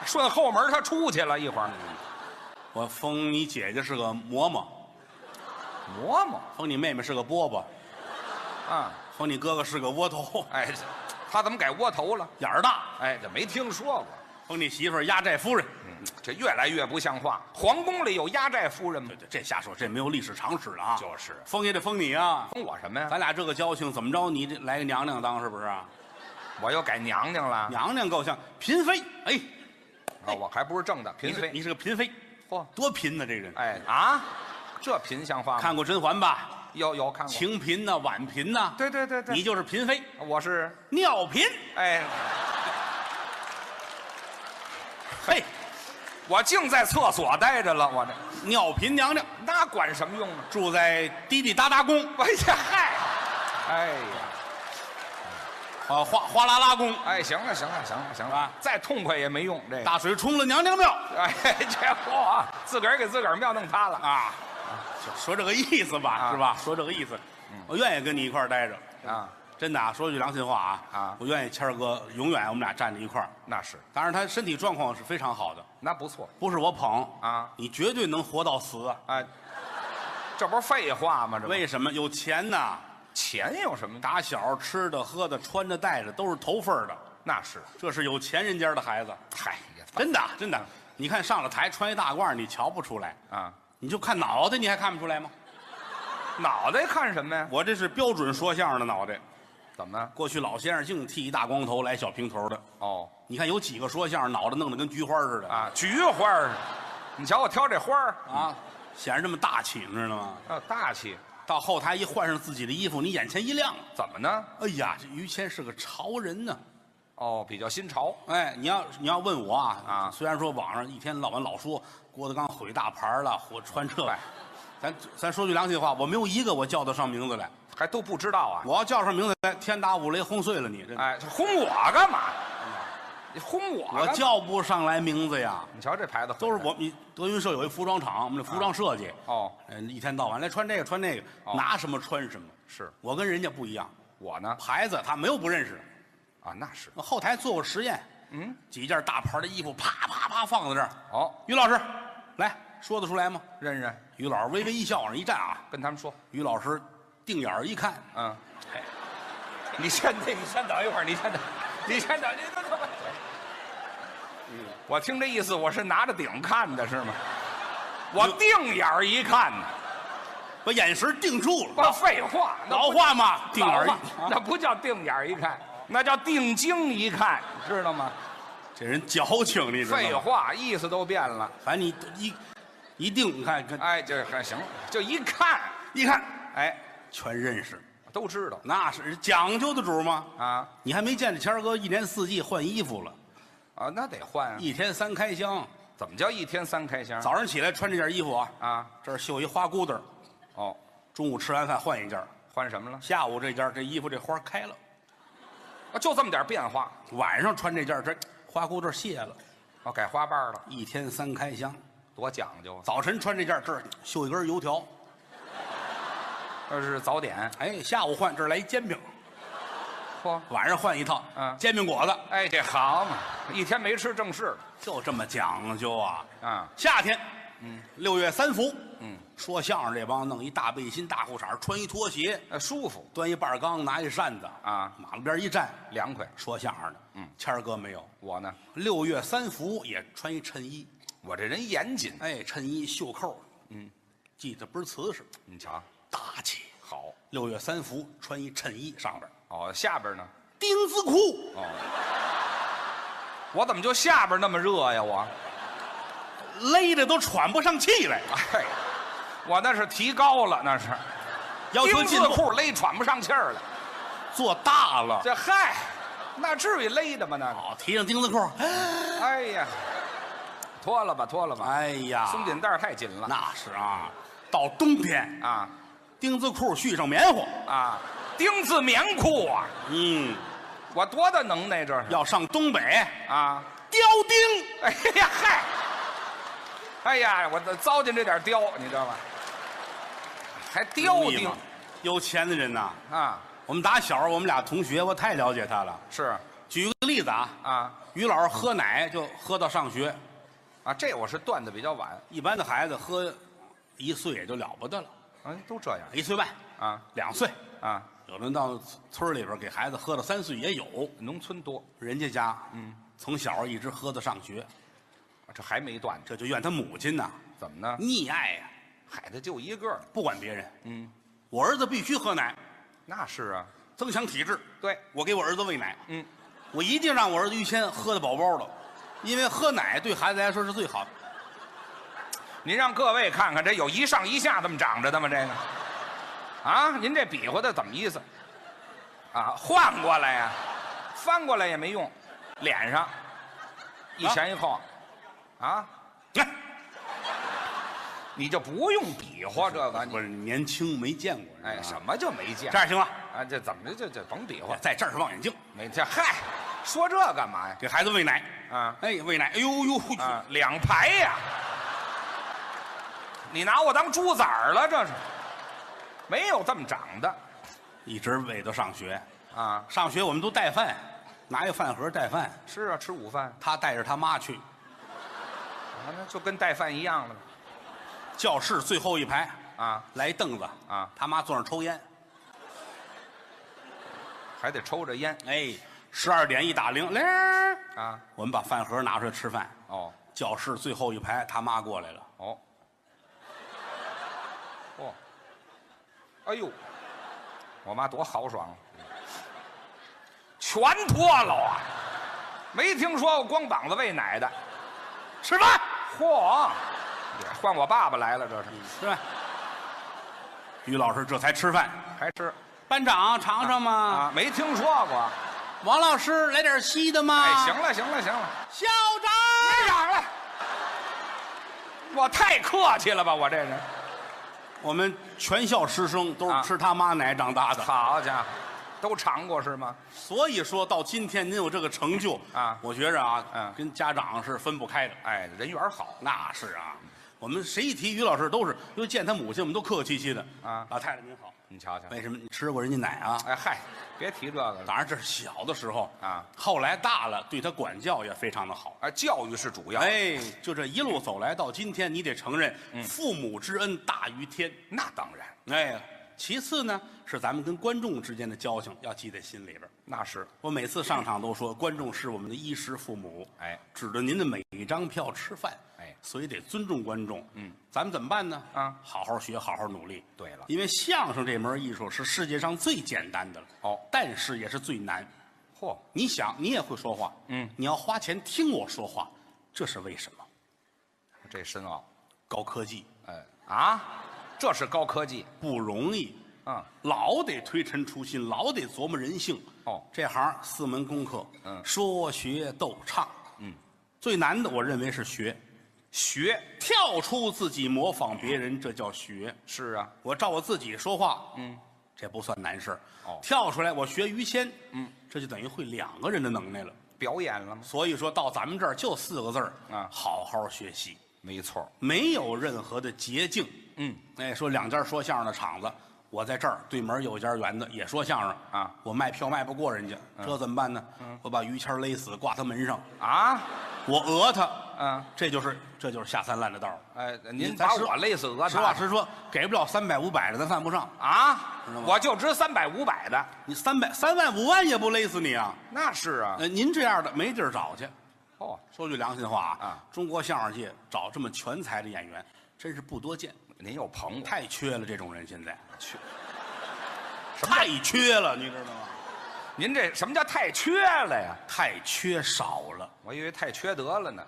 Speaker 2: 顺后门他出去了一会儿，
Speaker 1: 嗯我封你姐姐是个嬷嬷，
Speaker 2: 磨磨
Speaker 1: 封你妹妹是个饽饽，
Speaker 2: 啊，
Speaker 1: 封你哥哥是个窝头，
Speaker 2: 哎，这他怎么改窝头了？
Speaker 1: 眼儿大。
Speaker 2: 哎，这没听说过。
Speaker 1: 封你媳妇儿压寨夫人，
Speaker 2: 嗯这越来越不像话。皇宫里有压寨夫人吗
Speaker 1: 对？对，这瞎说，这没有历史常识了啊。
Speaker 2: 就是
Speaker 1: 封也得封你啊。
Speaker 2: 封我什么呀？
Speaker 1: 咱俩这个交情，怎么着？你这来个娘娘当是不是啊？
Speaker 2: 我又改娘娘了。
Speaker 1: 娘娘够呛，嫔妃。哎，
Speaker 2: 啊，我还不是正的
Speaker 1: 你
Speaker 2: 嫔
Speaker 1: 是
Speaker 2: 妃。
Speaker 1: 你是个嫔妃，
Speaker 2: 嚯，
Speaker 1: 多贫呐、这人。
Speaker 2: 哎啊，这嫔像话吗？
Speaker 1: 看过《甄嬛》吧？
Speaker 2: 有有看过。
Speaker 1: 清嫔呐，婉嫔呐，
Speaker 2: 对对对对，
Speaker 1: 你就是嫔妃，
Speaker 2: 我是
Speaker 1: 尿嫔。
Speaker 2: 哎，
Speaker 1: 嘿，
Speaker 2: 我净在厕所待着了，我这
Speaker 1: 尿嫔娘娘
Speaker 2: 那管什么用啊？
Speaker 1: 住在滴滴答答宫
Speaker 2: 哎呀嗨，哎呀，
Speaker 1: 啊，哗哗啦啦宫，
Speaker 2: 哎，行了行了行了行了
Speaker 1: 啊，
Speaker 2: 再痛快也没用这个。
Speaker 1: 大水冲了娘娘庙
Speaker 2: 哎，这嚯，自个儿给自个儿庙弄塌了
Speaker 1: 啊，就说这个意思吧，
Speaker 2: 啊
Speaker 1: 是吧？说这个意思，我愿意跟你一块儿待着，
Speaker 2: 啊！
Speaker 1: 真的啊，说句良心话啊，
Speaker 2: 啊
Speaker 1: 我愿意谦儿哥永远我们俩站在一块儿。
Speaker 2: 那是，
Speaker 1: 当然，他身体状况是非常好的，
Speaker 2: 那不错。
Speaker 1: 不是我捧
Speaker 2: 啊
Speaker 1: 你绝对能活到死啊。
Speaker 2: 啊，这不是废话吗？这不
Speaker 1: 为什么？有钱呐！
Speaker 2: 钱有什么大？
Speaker 1: 打小吃的、喝的、穿着、戴着都是头份儿的，
Speaker 2: 那是，
Speaker 1: 这是有钱人家的孩子，
Speaker 2: 嗨，也
Speaker 1: 真的啊真的。你看上了台穿一大褂儿，你瞧不出来，
Speaker 2: 啊，
Speaker 1: 你就看脑袋，你还看不出来吗？
Speaker 2: 脑袋看什么呀？
Speaker 1: 我这是标准说相声的脑袋。
Speaker 2: 怎么？
Speaker 1: 过去老先生净剃一大光头，来小平头的。
Speaker 2: 哦
Speaker 1: 你看有几个说相声脑袋弄得跟菊花似的
Speaker 2: 啊，菊花儿，你瞧我挑这花儿，
Speaker 1: 啊，显得这么大气，你知道吗？
Speaker 2: 啊，大气，
Speaker 1: 到后台一换上自己的衣服，你眼前一亮。
Speaker 2: 怎么呢？
Speaker 1: 哎呀，这于谦是个潮人呢。
Speaker 2: 哦，比较新潮，
Speaker 1: 哎，你要你要问我啊
Speaker 2: 啊
Speaker 1: 虽然说网上一天到晚老说郭德纲毁大牌了，或穿这个
Speaker 2: 哎，
Speaker 1: 咱咱说句良心话，我没有一个我叫得上名字来。
Speaker 2: 还都不知道啊。
Speaker 1: 我要叫上名字来，天打五雷轰碎了你。这、
Speaker 2: 哎，轰我干嘛？你轰我干
Speaker 1: 我
Speaker 2: 嘛？
Speaker 1: 叫不上来名字呀，
Speaker 2: 你瞧这牌子
Speaker 1: 都是我们德云社有一服装厂，我们的服装设计，
Speaker 2: 啊哦，
Speaker 1: 嗯，一天到晚来穿这个穿那个，
Speaker 2: 哦
Speaker 1: 拿什么穿什么。
Speaker 2: 是
Speaker 1: 我跟人家不一样，
Speaker 2: 我呢
Speaker 1: 牌子他没有不认识。
Speaker 2: 啊，那是
Speaker 1: 我后台做过实验，
Speaker 2: 嗯，
Speaker 1: 几件大牌的衣服啪啪啪放在这儿，
Speaker 2: 哦，
Speaker 1: 于老师，来说得出来吗？
Speaker 2: 认认，
Speaker 1: 于老师微微一笑，往上一站啊，
Speaker 2: 跟他们说，
Speaker 1: 于老师定眼儿一看，
Speaker 2: 嗯，
Speaker 1: 哎，
Speaker 2: 你先等，你先等一会儿，你先等，你先等，你等等。嗯我听这意思，我是拿着顶看的是吗？我定眼儿一看呢，
Speaker 1: 把眼神定住了，
Speaker 2: 不废话，那
Speaker 1: 老
Speaker 2: 不
Speaker 1: 话嘛，定
Speaker 2: 老
Speaker 1: 而已
Speaker 2: 话。啊那不叫定眼儿一看，那叫定睛一看，知道吗？
Speaker 1: 这人矫情，你知道吗？
Speaker 2: 废话，意思都变了。
Speaker 1: 反正你一一定，你看看，
Speaker 2: 哎，这还行，就一看，
Speaker 1: 一看
Speaker 2: 哎，
Speaker 1: 全认识，
Speaker 2: 都知道
Speaker 1: 那是讲究的主儿吗？
Speaker 2: 啊
Speaker 1: 你还没见着谦儿哥一年四季换衣服了，
Speaker 2: 啊，那得换啊。
Speaker 1: 一天三开箱。
Speaker 2: 怎么叫一天三开箱？
Speaker 1: 早上起来穿这件衣服啊，
Speaker 2: 啊，
Speaker 1: 这儿绣一花骨朵儿，
Speaker 2: 哦，
Speaker 1: 中午吃完饭换一件儿，
Speaker 2: 换什么了？
Speaker 1: 下午这件儿这衣服这花开了，
Speaker 2: 啊，就这么点变化，
Speaker 1: 晚上穿这件儿这花骨朵儿谢了，
Speaker 2: 哦，改花瓣了，
Speaker 1: 一天三开箱。
Speaker 2: 多讲究啊！
Speaker 1: 早晨穿这件儿这儿绣一根油条，
Speaker 2: 这是早点，
Speaker 1: 哎，下午换这儿来一煎饼，
Speaker 2: 嚯，
Speaker 1: 晚上换一套，
Speaker 2: 嗯
Speaker 1: 煎饼果子，
Speaker 2: 哎，这好嘛，一天没吃正事了
Speaker 1: 就这么讲究啊。
Speaker 2: 啊！
Speaker 1: 夏天，嗯，六月三伏，
Speaker 2: 嗯，
Speaker 1: 说相声这帮弄一大背心、大裤衩，穿一拖鞋，
Speaker 2: 呃，舒服，
Speaker 1: 端一半缸，拿一扇子
Speaker 2: 啊
Speaker 1: 马路边一站，
Speaker 2: 凉快。
Speaker 1: 说相声的。嗯，谦儿哥没有，
Speaker 2: 我呢，
Speaker 1: 六月三伏也穿一衬衣，
Speaker 2: 我这人严谨，啊
Speaker 1: 哎，衬衣袖扣，嗯，系得倍儿瓷实，
Speaker 2: 你瞧，
Speaker 1: 大气。
Speaker 2: 好
Speaker 1: 六月三伏穿一衬衣上边儿，
Speaker 2: 哦，下边呢？
Speaker 1: 丁字裤，
Speaker 2: 我怎么就下边那么热呀？我，
Speaker 1: 勒得都喘不上气来，
Speaker 2: 哎，我那是提高了，那是
Speaker 1: 要求
Speaker 2: 丁
Speaker 1: 进
Speaker 2: 字
Speaker 1: 步
Speaker 2: 裤勒喘不上气儿来。
Speaker 1: 做大了。
Speaker 2: 这嗨，那至于勒的吗？那，
Speaker 1: 好，提上丁字裤，
Speaker 2: 哎呀，脱了吧，脱了吧。
Speaker 1: 哎呀，
Speaker 2: 松紧带儿太紧了
Speaker 1: 那是啊，到冬天
Speaker 2: 啊
Speaker 1: 丁字裤续上棉花，
Speaker 2: 啊！丁字棉裤啊，
Speaker 1: 嗯，
Speaker 2: 我多大能耐这是
Speaker 1: 要上东北
Speaker 2: 啊！
Speaker 1: 雕钉，
Speaker 2: 哎呀嗨，哎呀，我这糟践这点貂，你知道吗？还
Speaker 1: 容
Speaker 2: 貂
Speaker 1: 易
Speaker 2: 钉
Speaker 1: 吗有钱的人呐，
Speaker 2: 啊？
Speaker 1: 我们打小我们俩同学，我太了解他了。
Speaker 2: 是
Speaker 1: 举个例子啊，
Speaker 2: 啊
Speaker 1: 于老师喝奶就喝到上学，
Speaker 2: 啊，这我是断的比较晚，
Speaker 1: 一般的孩子喝一岁也就了不得了，
Speaker 2: 哎，都这样
Speaker 1: 一岁半、
Speaker 2: 啊
Speaker 1: 两岁，
Speaker 2: 啊，
Speaker 1: 有的到村里边给孩子喝到三岁也有。
Speaker 2: 农村多，
Speaker 1: 人家家，嗯，从小一直喝到上学，
Speaker 2: 这还没断，
Speaker 1: 这就怨他母亲呐，
Speaker 2: 怎么呢？
Speaker 1: 溺爱呀、
Speaker 2: 海的就一个，
Speaker 1: 不管别人，
Speaker 2: 嗯，
Speaker 1: 我儿子必须喝奶，
Speaker 2: 那是啊，
Speaker 1: 增强体质。
Speaker 2: 对，
Speaker 1: 我给我儿子喂奶，
Speaker 2: 嗯，
Speaker 1: 我一定让我儿子于谦喝的饱饱的，因为喝奶对孩子来说是最好的。
Speaker 2: 您让各位看看，这有一上一下这么长着的吗？这个，啊，您这比划的怎么意思？啊，换过来呀、翻过来也没用，脸上一前一后，啊，
Speaker 1: 来、
Speaker 2: 你就不用比划这个，你
Speaker 1: 不是年轻没见过，
Speaker 2: 哎，
Speaker 1: 是吧
Speaker 2: 什么就没见
Speaker 1: 这样行吗？
Speaker 2: 啊？这怎么着就就甭比划
Speaker 1: 我，在这儿望远镜
Speaker 2: 没这嗨，说这干嘛呀？
Speaker 1: 给孩子喂奶，
Speaker 2: 啊
Speaker 1: 哎，喂奶，哎呦呦，
Speaker 2: 啊，两排呀、你拿我当猪崽儿了？这是没有这么长的
Speaker 1: 一直喂到上学。
Speaker 2: 啊。
Speaker 1: 上学我们都带饭，拿一饭盒带饭，
Speaker 2: 是啊，吃午饭，
Speaker 1: 他带着他妈去
Speaker 2: 啊，那就跟带饭一样了
Speaker 1: 教室最后一排，
Speaker 2: 啊，
Speaker 1: 来一凳子
Speaker 2: 啊
Speaker 1: 他妈坐那儿抽烟，
Speaker 2: 还得抽着烟
Speaker 1: 哎，十二点一打铃，铃儿，
Speaker 2: 啊。
Speaker 1: 我们把饭盒拿出来吃饭。
Speaker 2: 哦
Speaker 1: 教室最后一排，他妈过来了，
Speaker 2: 哦哦，哎呦，我妈多豪爽啊，全脱了啊！没听说过光膀子喂奶的。
Speaker 1: 吃饭，
Speaker 2: 嚯，换我爸爸来了，这是
Speaker 1: 吃饭。于老师这才吃饭，
Speaker 2: 还吃
Speaker 1: 班长尝尝吗？
Speaker 2: 啊？没听说过。
Speaker 1: 王老师来点稀的吗？
Speaker 2: 哎，行，哎了，行了，行了。
Speaker 1: 校啊长，
Speaker 2: 别嚷了，我太客气了吧，我这人。
Speaker 1: 我们全校师生都是
Speaker 2: 啊
Speaker 1: 吃他妈奶长大的，
Speaker 2: 好家伙，都尝过是吗？
Speaker 1: 所以说到今天您有这个成就
Speaker 2: 啊
Speaker 1: 我觉着啊，
Speaker 2: 嗯
Speaker 1: 跟家长是分不开的。
Speaker 2: 哎，人缘好，
Speaker 1: 那是啊，我们谁一提于老师都是，又见他母亲，我们都客客气气的
Speaker 2: 啊
Speaker 1: 老太太您好，
Speaker 2: 你瞧瞧。
Speaker 1: 为什么你吃过人家奶啊？
Speaker 2: 哎嗨，别提这个了
Speaker 1: 当然这是小的时候
Speaker 2: 啊，
Speaker 1: 后来大了，对他管教也非常的好。
Speaker 2: 啊！教育是主要，
Speaker 1: 哎，就这一路走来到今天，你得承认
Speaker 2: 嗯
Speaker 1: 父母之恩大于天。
Speaker 2: 那当然，
Speaker 1: 哎，其次呢是咱们跟观众之间的交情要记在心里边儿。
Speaker 2: 那是
Speaker 1: 我每次上场都说，观众是我们的衣食父母，
Speaker 2: 哎，
Speaker 1: 指着您的每一张票吃饭，
Speaker 2: 哎
Speaker 1: 所以得尊重观众。
Speaker 2: 嗯，
Speaker 1: 咱们怎么办呢？
Speaker 2: 啊
Speaker 1: 好好学，好好努力。
Speaker 2: 对了
Speaker 1: 因为相声这门艺术是世界上最简单的了。
Speaker 2: 哦
Speaker 1: 但是也是最难。
Speaker 2: 嚯，
Speaker 1: 你想，你也会说话，
Speaker 2: 嗯
Speaker 1: 你要花钱听我说话，这是为什么？
Speaker 2: 这深奥，
Speaker 1: 高科技
Speaker 2: 哎啊，这是高科技，
Speaker 1: 不容易，
Speaker 2: 嗯，
Speaker 1: 老得推陈出新，老得琢磨人性。
Speaker 2: 哦
Speaker 1: 这行四门功课，
Speaker 2: 嗯
Speaker 1: 说学逗唱，嗯，最难的我认为是学，
Speaker 2: 学
Speaker 1: 跳出自己模仿别人，这叫学。
Speaker 2: 是啊，
Speaker 1: 我照我自己说话，嗯，这不算难事儿
Speaker 2: 哦
Speaker 1: 跳出来我学于谦，嗯，这就等于会两个人的能耐了。
Speaker 2: 表演了吗？
Speaker 1: 所以说到咱们这儿就四个字儿，
Speaker 2: 啊
Speaker 1: 好好学习，
Speaker 2: 没错，
Speaker 1: 没有任何的捷径。
Speaker 2: 嗯，
Speaker 1: 哎，说两家说相声的场子，我在这儿对门有一家园子也说相声
Speaker 2: 啊，嗯
Speaker 1: 我卖票卖不过人家，这怎么办呢？我把于谦勒死，挂他门上，
Speaker 2: 啊，
Speaker 1: 我讹他，
Speaker 2: 嗯，
Speaker 1: 这就是这就是下三滥的道儿。
Speaker 2: 哎，您
Speaker 1: 咱
Speaker 2: 把
Speaker 1: 实
Speaker 2: 我累死讹
Speaker 1: 实话
Speaker 2: 他
Speaker 1: 实说，给不了三百五百的，咱犯不上。
Speaker 2: 啊
Speaker 1: 知道吗，
Speaker 2: 我就值三百五百的，
Speaker 1: 你三百三万五万也不勒死你啊！
Speaker 2: 那是啊，
Speaker 1: 呃，您这样的没地儿找去。
Speaker 2: 哦，
Speaker 1: 说句良心话啊，
Speaker 2: 啊
Speaker 1: 中国相声界找这么全才的演员，真是不多见，
Speaker 2: 您又捧我，
Speaker 1: 太缺了这种人，现在
Speaker 2: 缺，
Speaker 1: 太缺了，你知道吗？
Speaker 2: 您这什么叫太缺了呀？
Speaker 1: 太缺少了，
Speaker 2: 我以为太缺德了呢。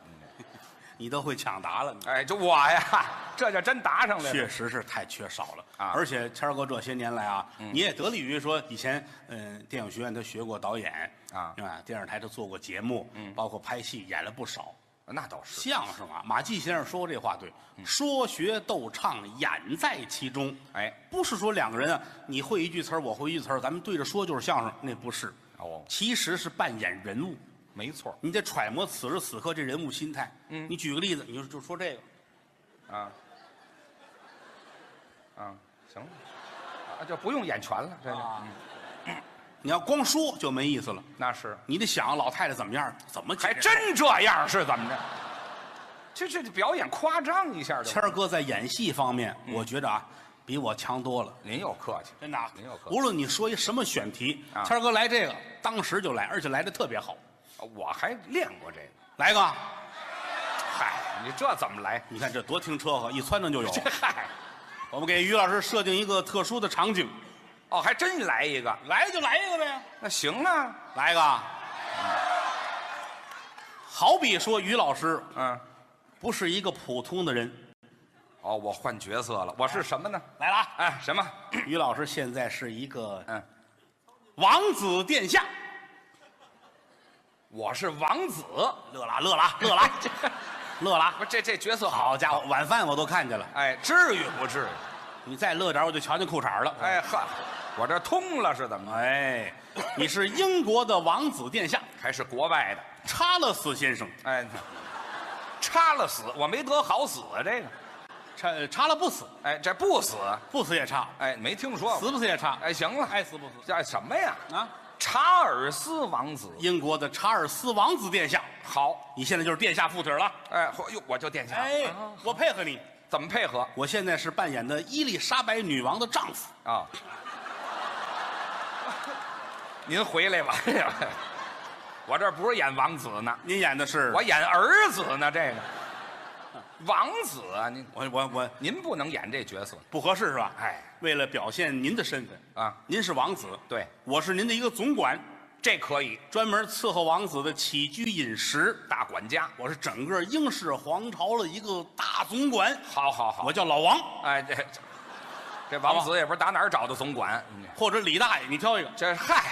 Speaker 1: 你都会抢答了，你
Speaker 2: 哎，就我呀，这就真答上来了
Speaker 1: 确。实是太缺少了
Speaker 2: 啊嗯
Speaker 1: 而且谦儿哥这些年来啊，你也得力于说以前，嗯、电影学院他学过导演
Speaker 2: 啊
Speaker 1: 吧？电视台他做过节目，嗯，包括拍戏演了不少。
Speaker 2: 那倒是，
Speaker 1: 相声啊，马季先生说过这话对，
Speaker 2: 嗯
Speaker 1: 说学逗唱，演在其中。
Speaker 2: 哎，
Speaker 1: 不是说两个人啊，你会一句词儿，我会一句词儿，咱们对着说就是相声，那不是。
Speaker 2: 哦
Speaker 1: 其实是扮演人物，
Speaker 2: 没错
Speaker 1: 你得揣摩此时此刻这人物心态。
Speaker 2: 嗯
Speaker 1: 你举个例子，你就就说这个，
Speaker 2: 啊，啊，行了，啊，就不用演全了，这就、
Speaker 1: 啊
Speaker 2: 嗯
Speaker 1: 你要光说就没意思了，
Speaker 2: 那是，
Speaker 1: 你得想老太太怎么样，怎么解
Speaker 2: 还
Speaker 1: 决
Speaker 2: 真这样是怎么着？这这表演夸张一下就
Speaker 1: 谦，儿哥在演戏方面，我觉着啊，比我强多了。
Speaker 2: 您又客气，
Speaker 1: 真的啊
Speaker 2: 您又，客气
Speaker 1: 无论你说一什么选题，
Speaker 2: 啊
Speaker 1: 谦儿哥来这个，当时就来，而且来的特别好。
Speaker 2: 我还练过这个，
Speaker 1: 来一个，啊
Speaker 2: 嗨，你这怎么来？
Speaker 1: 你看这多听车和，一窜腾就有。
Speaker 2: 嗨，
Speaker 1: 我们给于老师设定一个特殊的场景，
Speaker 2: 哦，还真来一个，
Speaker 1: 来就来一个呗，
Speaker 2: 那行啊，
Speaker 1: 来一个。好比说于老师
Speaker 2: 嗯，
Speaker 1: 不是一个普通的人，
Speaker 2: 哦，我换角色了，我是什么呢？
Speaker 1: 来了啊，
Speaker 2: 哎，什么？
Speaker 1: 于老师现在是一个
Speaker 2: 嗯，
Speaker 1: 王子殿下，
Speaker 2: 我是王子，
Speaker 1: 乐了啊乐了啊乐了 啊乐了
Speaker 2: 不
Speaker 1: 啊，
Speaker 2: 是这这角色好
Speaker 1: 好家伙，晚饭我都看见了，
Speaker 2: 哎，至于不至于？
Speaker 1: 你再乐点我就瞧见裤衩了。
Speaker 2: 哎呵，我这通了是怎么？
Speaker 1: 哎，你是英国的王子殿下
Speaker 2: 还是国外的？
Speaker 1: 查勒斯先生，
Speaker 2: 哎， 插了死，我没得好死啊！这个，
Speaker 1: 查查了不死，
Speaker 2: 哎，这不死，
Speaker 1: 不死也查，
Speaker 2: 哎，没听说过。
Speaker 1: 死不死也查。
Speaker 2: 哎，行了，
Speaker 1: 哦爱死不死
Speaker 2: 这什么呀？
Speaker 1: 啊！
Speaker 2: 查尔斯王子，
Speaker 1: 英国的查尔斯王子殿下，
Speaker 2: 好，
Speaker 1: 你现在就是殿下附体了。
Speaker 2: 哎，嚯哟，我就殿下了，啊
Speaker 1: 哎，我配合你，
Speaker 2: 怎么配合
Speaker 1: 我现在是扮演的伊丽莎白女王的丈夫。
Speaker 2: 啊？ 您回来吧， 我这不是演王子呢，
Speaker 1: 您演的是
Speaker 2: 我演儿子呢，这个王子啊，您
Speaker 1: 我我我
Speaker 2: 您不能演这角色
Speaker 1: 不合适是吧？
Speaker 2: 哎，
Speaker 1: 为了表现您的身份
Speaker 2: 啊，
Speaker 1: 您是王子，
Speaker 2: 对，
Speaker 1: 我是您的一个总管，
Speaker 2: 这可以，
Speaker 1: 专门伺候王子的起居饮食。
Speaker 2: 大管家，
Speaker 1: 我是整个英式皇朝的一个大总管，
Speaker 2: 好好好
Speaker 1: 我，叫老王
Speaker 2: 哎，这这这王子也不知道打哪儿找的总管，嗯
Speaker 1: 或者李大爷，你挑一个。
Speaker 2: 这嗨，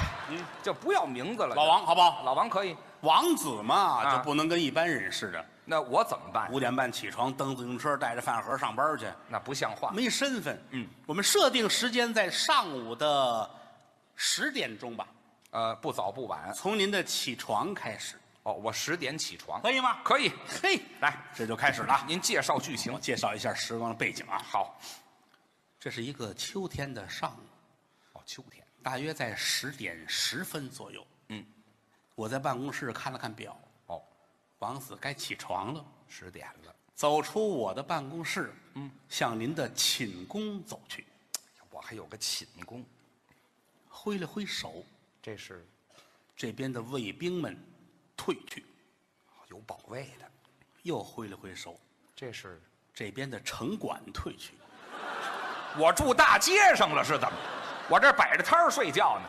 Speaker 2: 就不要名字了。
Speaker 1: 嗯老王好不
Speaker 2: 这，
Speaker 1: 好？
Speaker 2: 老王可以。
Speaker 1: 王子嘛，
Speaker 2: 啊
Speaker 1: 就不能跟一般人似的，
Speaker 2: 那我怎么办？
Speaker 1: 五点半起床，蹬自行车，带着饭盒上班去，
Speaker 2: 那不像话。
Speaker 1: 没身份。
Speaker 2: 啊嗯，
Speaker 1: 我们设定时间在上午的十点钟吧，
Speaker 2: 呃，不早不晚。
Speaker 1: 从您的起床开始，
Speaker 2: 哦，我十点起床，
Speaker 1: 可以吗？
Speaker 2: 可以。
Speaker 1: 嘿，
Speaker 2: 来，
Speaker 1: 这就开始了。
Speaker 2: 您介绍剧
Speaker 1: 我
Speaker 2: 情。
Speaker 1: 介绍一下时光的背景啊，
Speaker 2: 好，
Speaker 1: 这是一个秋天的上午，
Speaker 2: 哦，秋天，
Speaker 1: 大约在十点十分左右。
Speaker 2: 嗯，
Speaker 1: 我在办公室看了看表，
Speaker 2: 哦，
Speaker 1: 王子该起床了，
Speaker 2: 十点了，
Speaker 1: 走出我的办公室，嗯，向您的寝宫走去，
Speaker 2: 我还有个寝宫，
Speaker 1: 挥了挥手，
Speaker 2: 这是
Speaker 1: 这边的卫兵们退去，
Speaker 2: 有保卫的，
Speaker 1: 又挥了挥手，
Speaker 2: 这是
Speaker 1: 这边的城管退去，
Speaker 2: 我住大街上了是怎么？我这摆着摊儿睡觉呢，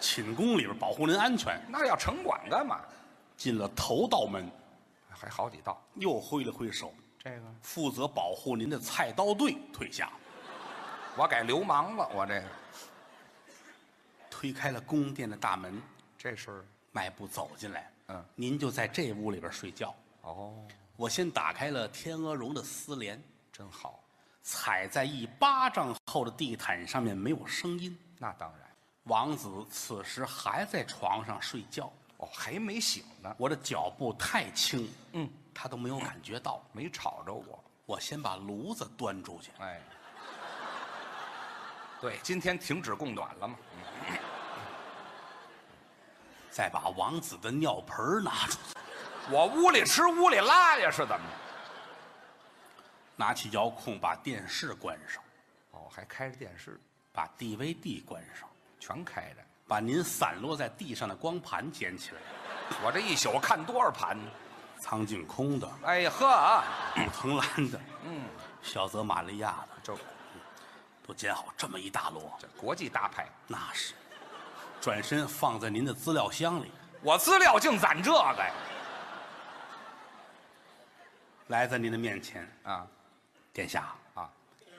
Speaker 1: 寝宫里边保护您安全。
Speaker 2: 那要城管干嘛？
Speaker 1: 进了头道门，
Speaker 2: 还好几道，
Speaker 1: 又挥了挥手，
Speaker 2: 这个
Speaker 1: 负责保护您的菜刀队退下，
Speaker 2: 我改流氓了，我这个
Speaker 1: 推开了宫殿的大门，
Speaker 2: 这是
Speaker 1: 迈步走进来。
Speaker 2: 嗯，
Speaker 1: 您就在这屋里边睡觉。
Speaker 2: 哦，
Speaker 1: 我先打开了天鹅绒的丝帘，
Speaker 2: 真好，
Speaker 1: 踩在一巴掌厚的地毯上面，没有声音。
Speaker 2: 那当然
Speaker 1: 王子此时还在床上睡觉，
Speaker 2: 哦，还没醒呢，
Speaker 1: 我的脚步太轻，
Speaker 2: 嗯，
Speaker 1: 他都没有感觉到。
Speaker 2: 没吵着我，
Speaker 1: 我先把炉子端出去，
Speaker 2: 哎，对，今天停止供暖了嘛，嗯
Speaker 1: 再把王子的尿盆儿拿出去，
Speaker 2: 我屋里吃屋里拉呀是怎么着？
Speaker 1: 拿起遥控把电视关上，
Speaker 2: 哦，还开着电视，
Speaker 1: 把 DVD 关上，
Speaker 2: 全开着，
Speaker 1: 把您散落在地上的光盘捡起来，
Speaker 2: 我这一宿看多少盘呢？
Speaker 1: 苍井空的、
Speaker 2: 哎呀呵啊，
Speaker 1: 古藤兰的、
Speaker 2: 嗯，
Speaker 1: 小泽玛利亚的，
Speaker 2: 这
Speaker 1: 都捡好这么一大摞，
Speaker 2: 这国际大牌，
Speaker 1: 那是。转身放在您的资料箱里，
Speaker 2: 我资料净攒这个呀
Speaker 1: 来在您的面前，
Speaker 2: 啊
Speaker 1: 殿下，
Speaker 2: 啊，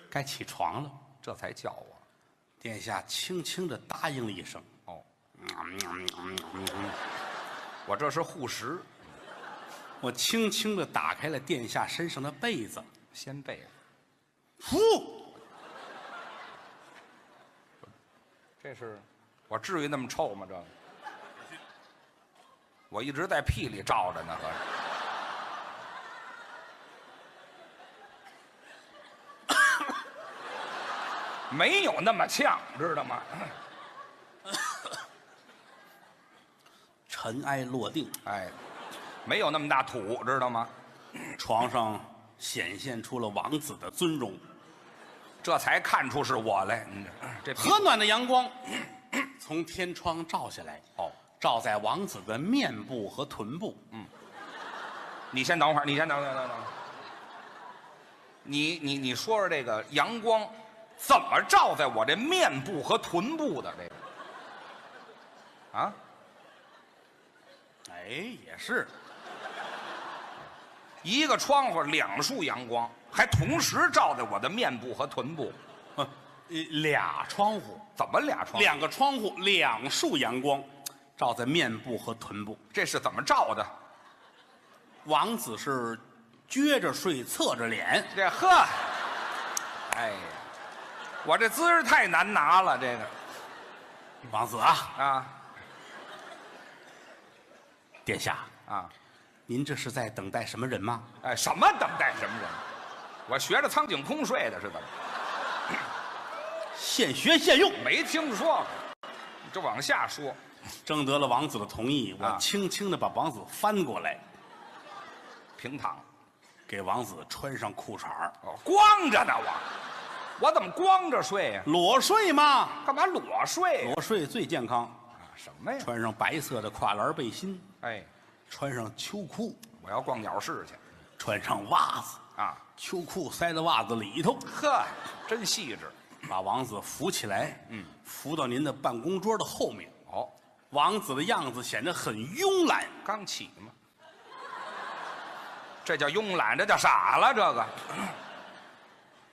Speaker 1: 该起床了。
Speaker 2: 这才叫我
Speaker 1: 殿下轻轻的答应了一声，
Speaker 2: 哦，我这是护食，
Speaker 1: 我轻轻的打开了殿下身上的被子，
Speaker 2: 先辈，
Speaker 1: 呼，
Speaker 2: 这是我至于那么臭吗？这个我一直在屁里照着 呢，合着没有那么呛，知道吗？
Speaker 1: 尘埃落定，
Speaker 2: 哎，没有那么大土，知道吗？
Speaker 1: 床上显现出了王子的尊容，
Speaker 2: 这才看出是我来。嗯这屁
Speaker 1: 和暖的阳光从天窗照下来，
Speaker 2: 哦，
Speaker 1: 照在王子的面部和臀部，
Speaker 2: 你先等会儿，你先等等等等。你你你说说这个阳光怎么照在我这面部和臀部的这个？啊，
Speaker 1: 哎，也是，
Speaker 2: 一个窗户两束阳光，还同时照在我的面部和臀部，
Speaker 1: 哼呃俩窗户，
Speaker 2: 怎么俩窗户？
Speaker 1: 两个窗户，两束阳光，照在面部和臀部。
Speaker 2: 这是怎么照的？
Speaker 1: 王子是撅着睡，侧着脸，
Speaker 2: 这呵，哎呀，我这姿势太难拿了，这个
Speaker 1: 王子啊，
Speaker 2: 啊
Speaker 1: 殿下，
Speaker 2: 啊，
Speaker 1: 您这是在等待什么人吗？
Speaker 2: 哎，什么等待什么人？我学着苍井空睡的是怎么？
Speaker 1: 现学现用。
Speaker 2: 没听说过，你这往下说，
Speaker 1: 征得了王子的同意，我
Speaker 2: 啊
Speaker 1: 轻轻的把王子翻过来，
Speaker 2: 平躺
Speaker 1: 给王子穿上裤衩儿
Speaker 2: 哦，光着呢我，我怎么光着睡呀、
Speaker 1: 裸睡嘛，
Speaker 2: 干嘛裸睡呀、
Speaker 1: 裸睡最健康。
Speaker 2: 啊？什么呀？
Speaker 1: 穿上白色的跨栏背心，
Speaker 2: 哎，
Speaker 1: 穿上秋裤，
Speaker 2: 我要逛鸟市去
Speaker 1: 穿上袜子，
Speaker 2: 啊！
Speaker 1: 秋裤塞到袜子里头，
Speaker 2: 呵，真细致
Speaker 1: 把王子扶起来，嗯，扶到您的办公桌的后面。
Speaker 2: 哦，
Speaker 1: 王子的样子显得很慵懒，
Speaker 2: 刚起嘛，这叫慵懒，这叫傻了，这个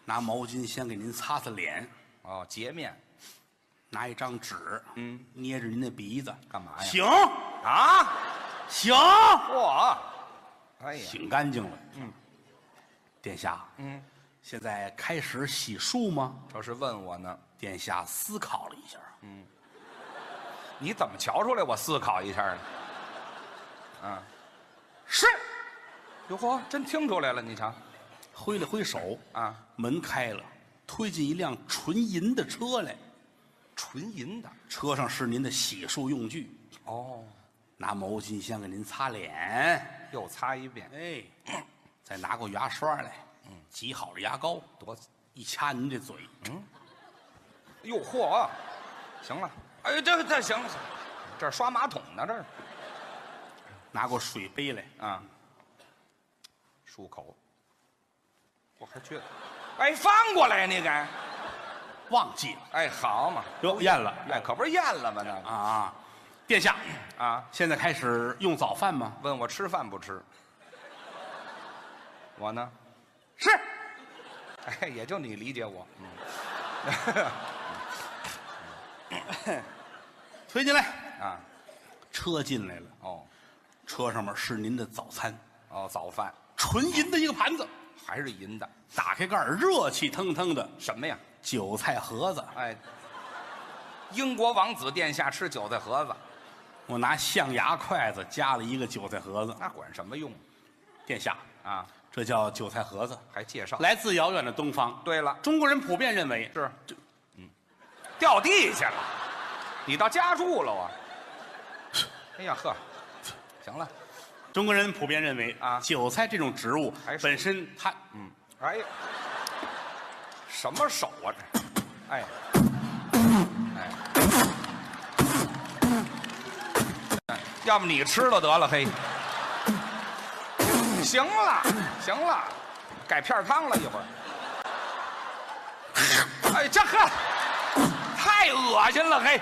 Speaker 1: 拿毛巾先给您擦擦脸，
Speaker 2: 哦，洁面
Speaker 1: 拿一张纸，
Speaker 2: 嗯，
Speaker 1: 捏着您的鼻子，
Speaker 2: 干嘛呀
Speaker 1: 醒
Speaker 2: 啊！
Speaker 1: 醒，
Speaker 2: 嚯，哎呀，
Speaker 1: 醒干净了，嗯，殿下，
Speaker 2: 嗯，
Speaker 1: 现在开始洗漱吗？
Speaker 2: 这是问我呢，
Speaker 1: 殿下思考了一下，
Speaker 2: 嗯你怎么瞧出来？我思考一下呢。
Speaker 1: 是，
Speaker 2: 哟嚯，真听出来了，你瞧
Speaker 1: 挥了挥手，
Speaker 2: 啊。
Speaker 1: 门开了，推进一辆纯银的车来，
Speaker 2: 纯银的
Speaker 1: 车上是您的洗漱用具，
Speaker 2: 哦，
Speaker 1: 拿毛巾先给您擦脸，
Speaker 2: 又擦一遍，
Speaker 1: 哎，再拿过牙刷来，嗯，挤好了牙膏，
Speaker 2: 多
Speaker 1: 一掐您这嘴，
Speaker 2: 哟嚯啊，行了，哎，这这行了，行了这儿刷马桶呢，这儿
Speaker 1: 拿过水杯来，
Speaker 2: 啊，漱口，我还去，哎，翻过来呀、你给，
Speaker 1: 忘记了，
Speaker 2: 哎，好嘛，
Speaker 1: 得咽了
Speaker 2: 哎，可不是咽了吗？那个
Speaker 1: 啊！殿下，
Speaker 2: 啊，
Speaker 1: 现在开始用早饭吗？
Speaker 2: 问我吃饭不吃，我呢，
Speaker 1: 是，
Speaker 2: 哎，也就你理解我，
Speaker 1: 推进来。
Speaker 2: 嗯啊，
Speaker 1: 车进来了，
Speaker 2: 哦，
Speaker 1: 车上面是您的早餐，
Speaker 2: 哦，早饭
Speaker 1: 纯银的一个盘子，
Speaker 2: 还是银的，
Speaker 1: 打开盖儿，热气腾腾的
Speaker 2: 什么呀？
Speaker 1: 韭菜盒子，
Speaker 2: 哎，英国王子殿下吃韭菜盒子，
Speaker 1: 我拿象牙筷子夹了一个韭菜盒子。
Speaker 2: 那管什么用
Speaker 1: 殿下，
Speaker 2: 啊？
Speaker 1: 这叫韭菜盒子，
Speaker 2: 还介绍。
Speaker 1: 来自遥远的东方。
Speaker 2: 对了，
Speaker 1: 中国人普遍认为
Speaker 2: 是，嗯，掉地下了，你倒夹住了我。哎呀呵，行了，
Speaker 1: 中国人普遍认为
Speaker 2: 啊
Speaker 1: 韭菜这种植物
Speaker 2: 还是
Speaker 1: 本身它
Speaker 2: 嗯，哎呀，什么手啊这？哎，哎，哎要不你吃了得了，嘿。行了，行了，改片儿汤了一会儿。哎，这呵，太恶心了，嘿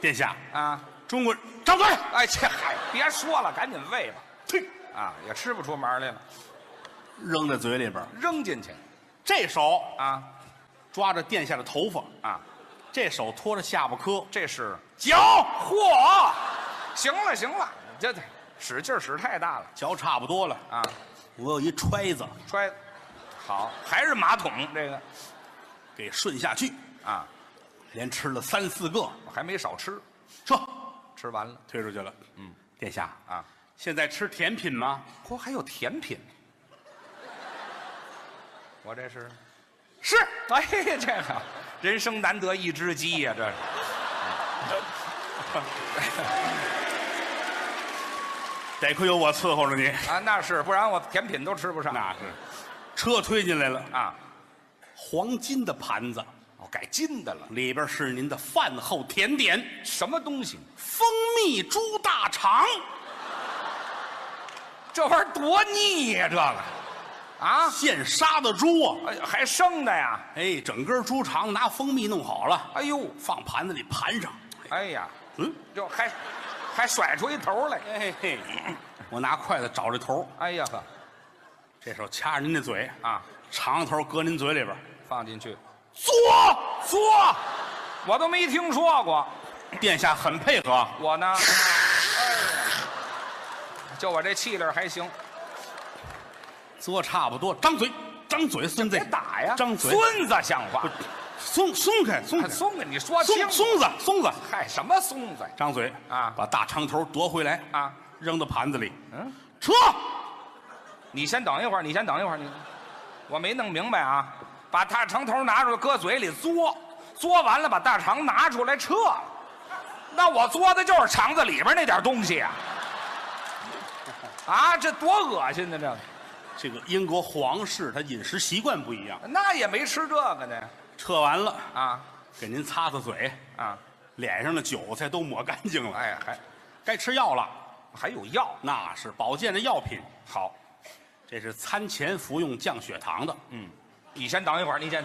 Speaker 1: 殿下，
Speaker 2: 啊！
Speaker 1: 中国张嘴，
Speaker 2: 哎，这嗨，别说了，赶紧喂吧。
Speaker 1: 呸
Speaker 2: 啊，也吃不出门儿来了，
Speaker 1: 扔在嘴里边儿，
Speaker 2: 扔进去
Speaker 1: 这手
Speaker 2: 啊
Speaker 1: 抓着殿下的头发，
Speaker 2: 啊！
Speaker 1: 这手托着下巴颏，
Speaker 2: 这是
Speaker 1: 嚼，
Speaker 2: 嚯！行了行了，这这使劲儿使太大了
Speaker 1: 嚼差不多了。
Speaker 2: 啊！
Speaker 1: 我有一揣子
Speaker 2: 摔，好，还是马桶这个
Speaker 1: 给顺下去，
Speaker 2: 啊，
Speaker 1: 连吃了三四个，
Speaker 2: 我还没少吃，
Speaker 1: 撤，
Speaker 2: 吃完了
Speaker 1: 推出去了。嗯，殿下，
Speaker 2: 啊。
Speaker 1: 现在吃甜品吗？
Speaker 2: 嚯，还有甜品，我这是
Speaker 1: 是，
Speaker 2: 哎，这个人生难得一只鸡呀、这是。
Speaker 1: 得亏有我伺候着你。
Speaker 2: 啊，那是，不然我甜品都吃不上
Speaker 1: 那是，车推进来了，
Speaker 2: 啊。
Speaker 1: 黄金的盘子，
Speaker 2: 哦，改金的了，
Speaker 1: 里边是您的饭后甜点
Speaker 2: 什么东西？
Speaker 1: ——蜂蜜猪大肠。
Speaker 2: 这玩意儿多腻呀、这个啊，
Speaker 1: 现杀的猪啊，
Speaker 2: 哎还生的呀？
Speaker 1: 哎，整根猪肠拿蜂蜜弄好了，
Speaker 2: 哎呦，
Speaker 1: 放盘子里盘上。
Speaker 2: 哎呀，
Speaker 1: 嗯，
Speaker 2: 就还还甩出一头来。
Speaker 1: 嘿嘿，我拿筷子找这头，
Speaker 2: 哎呀呵，
Speaker 1: 这手掐着您的嘴
Speaker 2: 啊，
Speaker 1: 长头搁您嘴里边，
Speaker 2: 放进去，
Speaker 1: 嘬嘬。
Speaker 2: 我都没听说过。
Speaker 1: 殿下很配合，
Speaker 2: 我呢，哎呀就我这气力儿还行。
Speaker 1: 嘬差不多，张嘴，张嘴，孙子，
Speaker 2: 别哎打呀，
Speaker 1: 张嘴，
Speaker 2: 孙子像话。
Speaker 1: 松松开，松开，
Speaker 2: 松开，你说清
Speaker 1: 松松
Speaker 2: 楚。
Speaker 1: 子，松子，
Speaker 2: 嗨，什么松子呀？
Speaker 1: 张嘴
Speaker 2: 啊
Speaker 1: 把大长头夺回来
Speaker 2: 啊，
Speaker 1: 扔到盘子里，
Speaker 2: 嗯，
Speaker 1: 撤，
Speaker 2: 你先等一会儿，你先等一会儿，你我没弄明白啊。把大肠头拿出来，搁嘴里嘬，嘬完了把大肠拿出来撤了。那我嘬的就是肠子里边那点东西啊！啊，这多恶心呢！这个
Speaker 1: 这个英国皇室他饮食习惯不一样，
Speaker 2: 那也没吃这个呢
Speaker 1: 撤完了，
Speaker 2: 啊
Speaker 1: 给您擦擦嘴，
Speaker 2: 啊！
Speaker 1: 脸上的韭菜都抹干净了，
Speaker 2: 哎，还
Speaker 1: 该吃药了，
Speaker 2: 还有药
Speaker 1: 那是保健的药品，
Speaker 2: 好，
Speaker 1: 这是餐前服用降血糖的，
Speaker 2: 你先等一会儿，你先。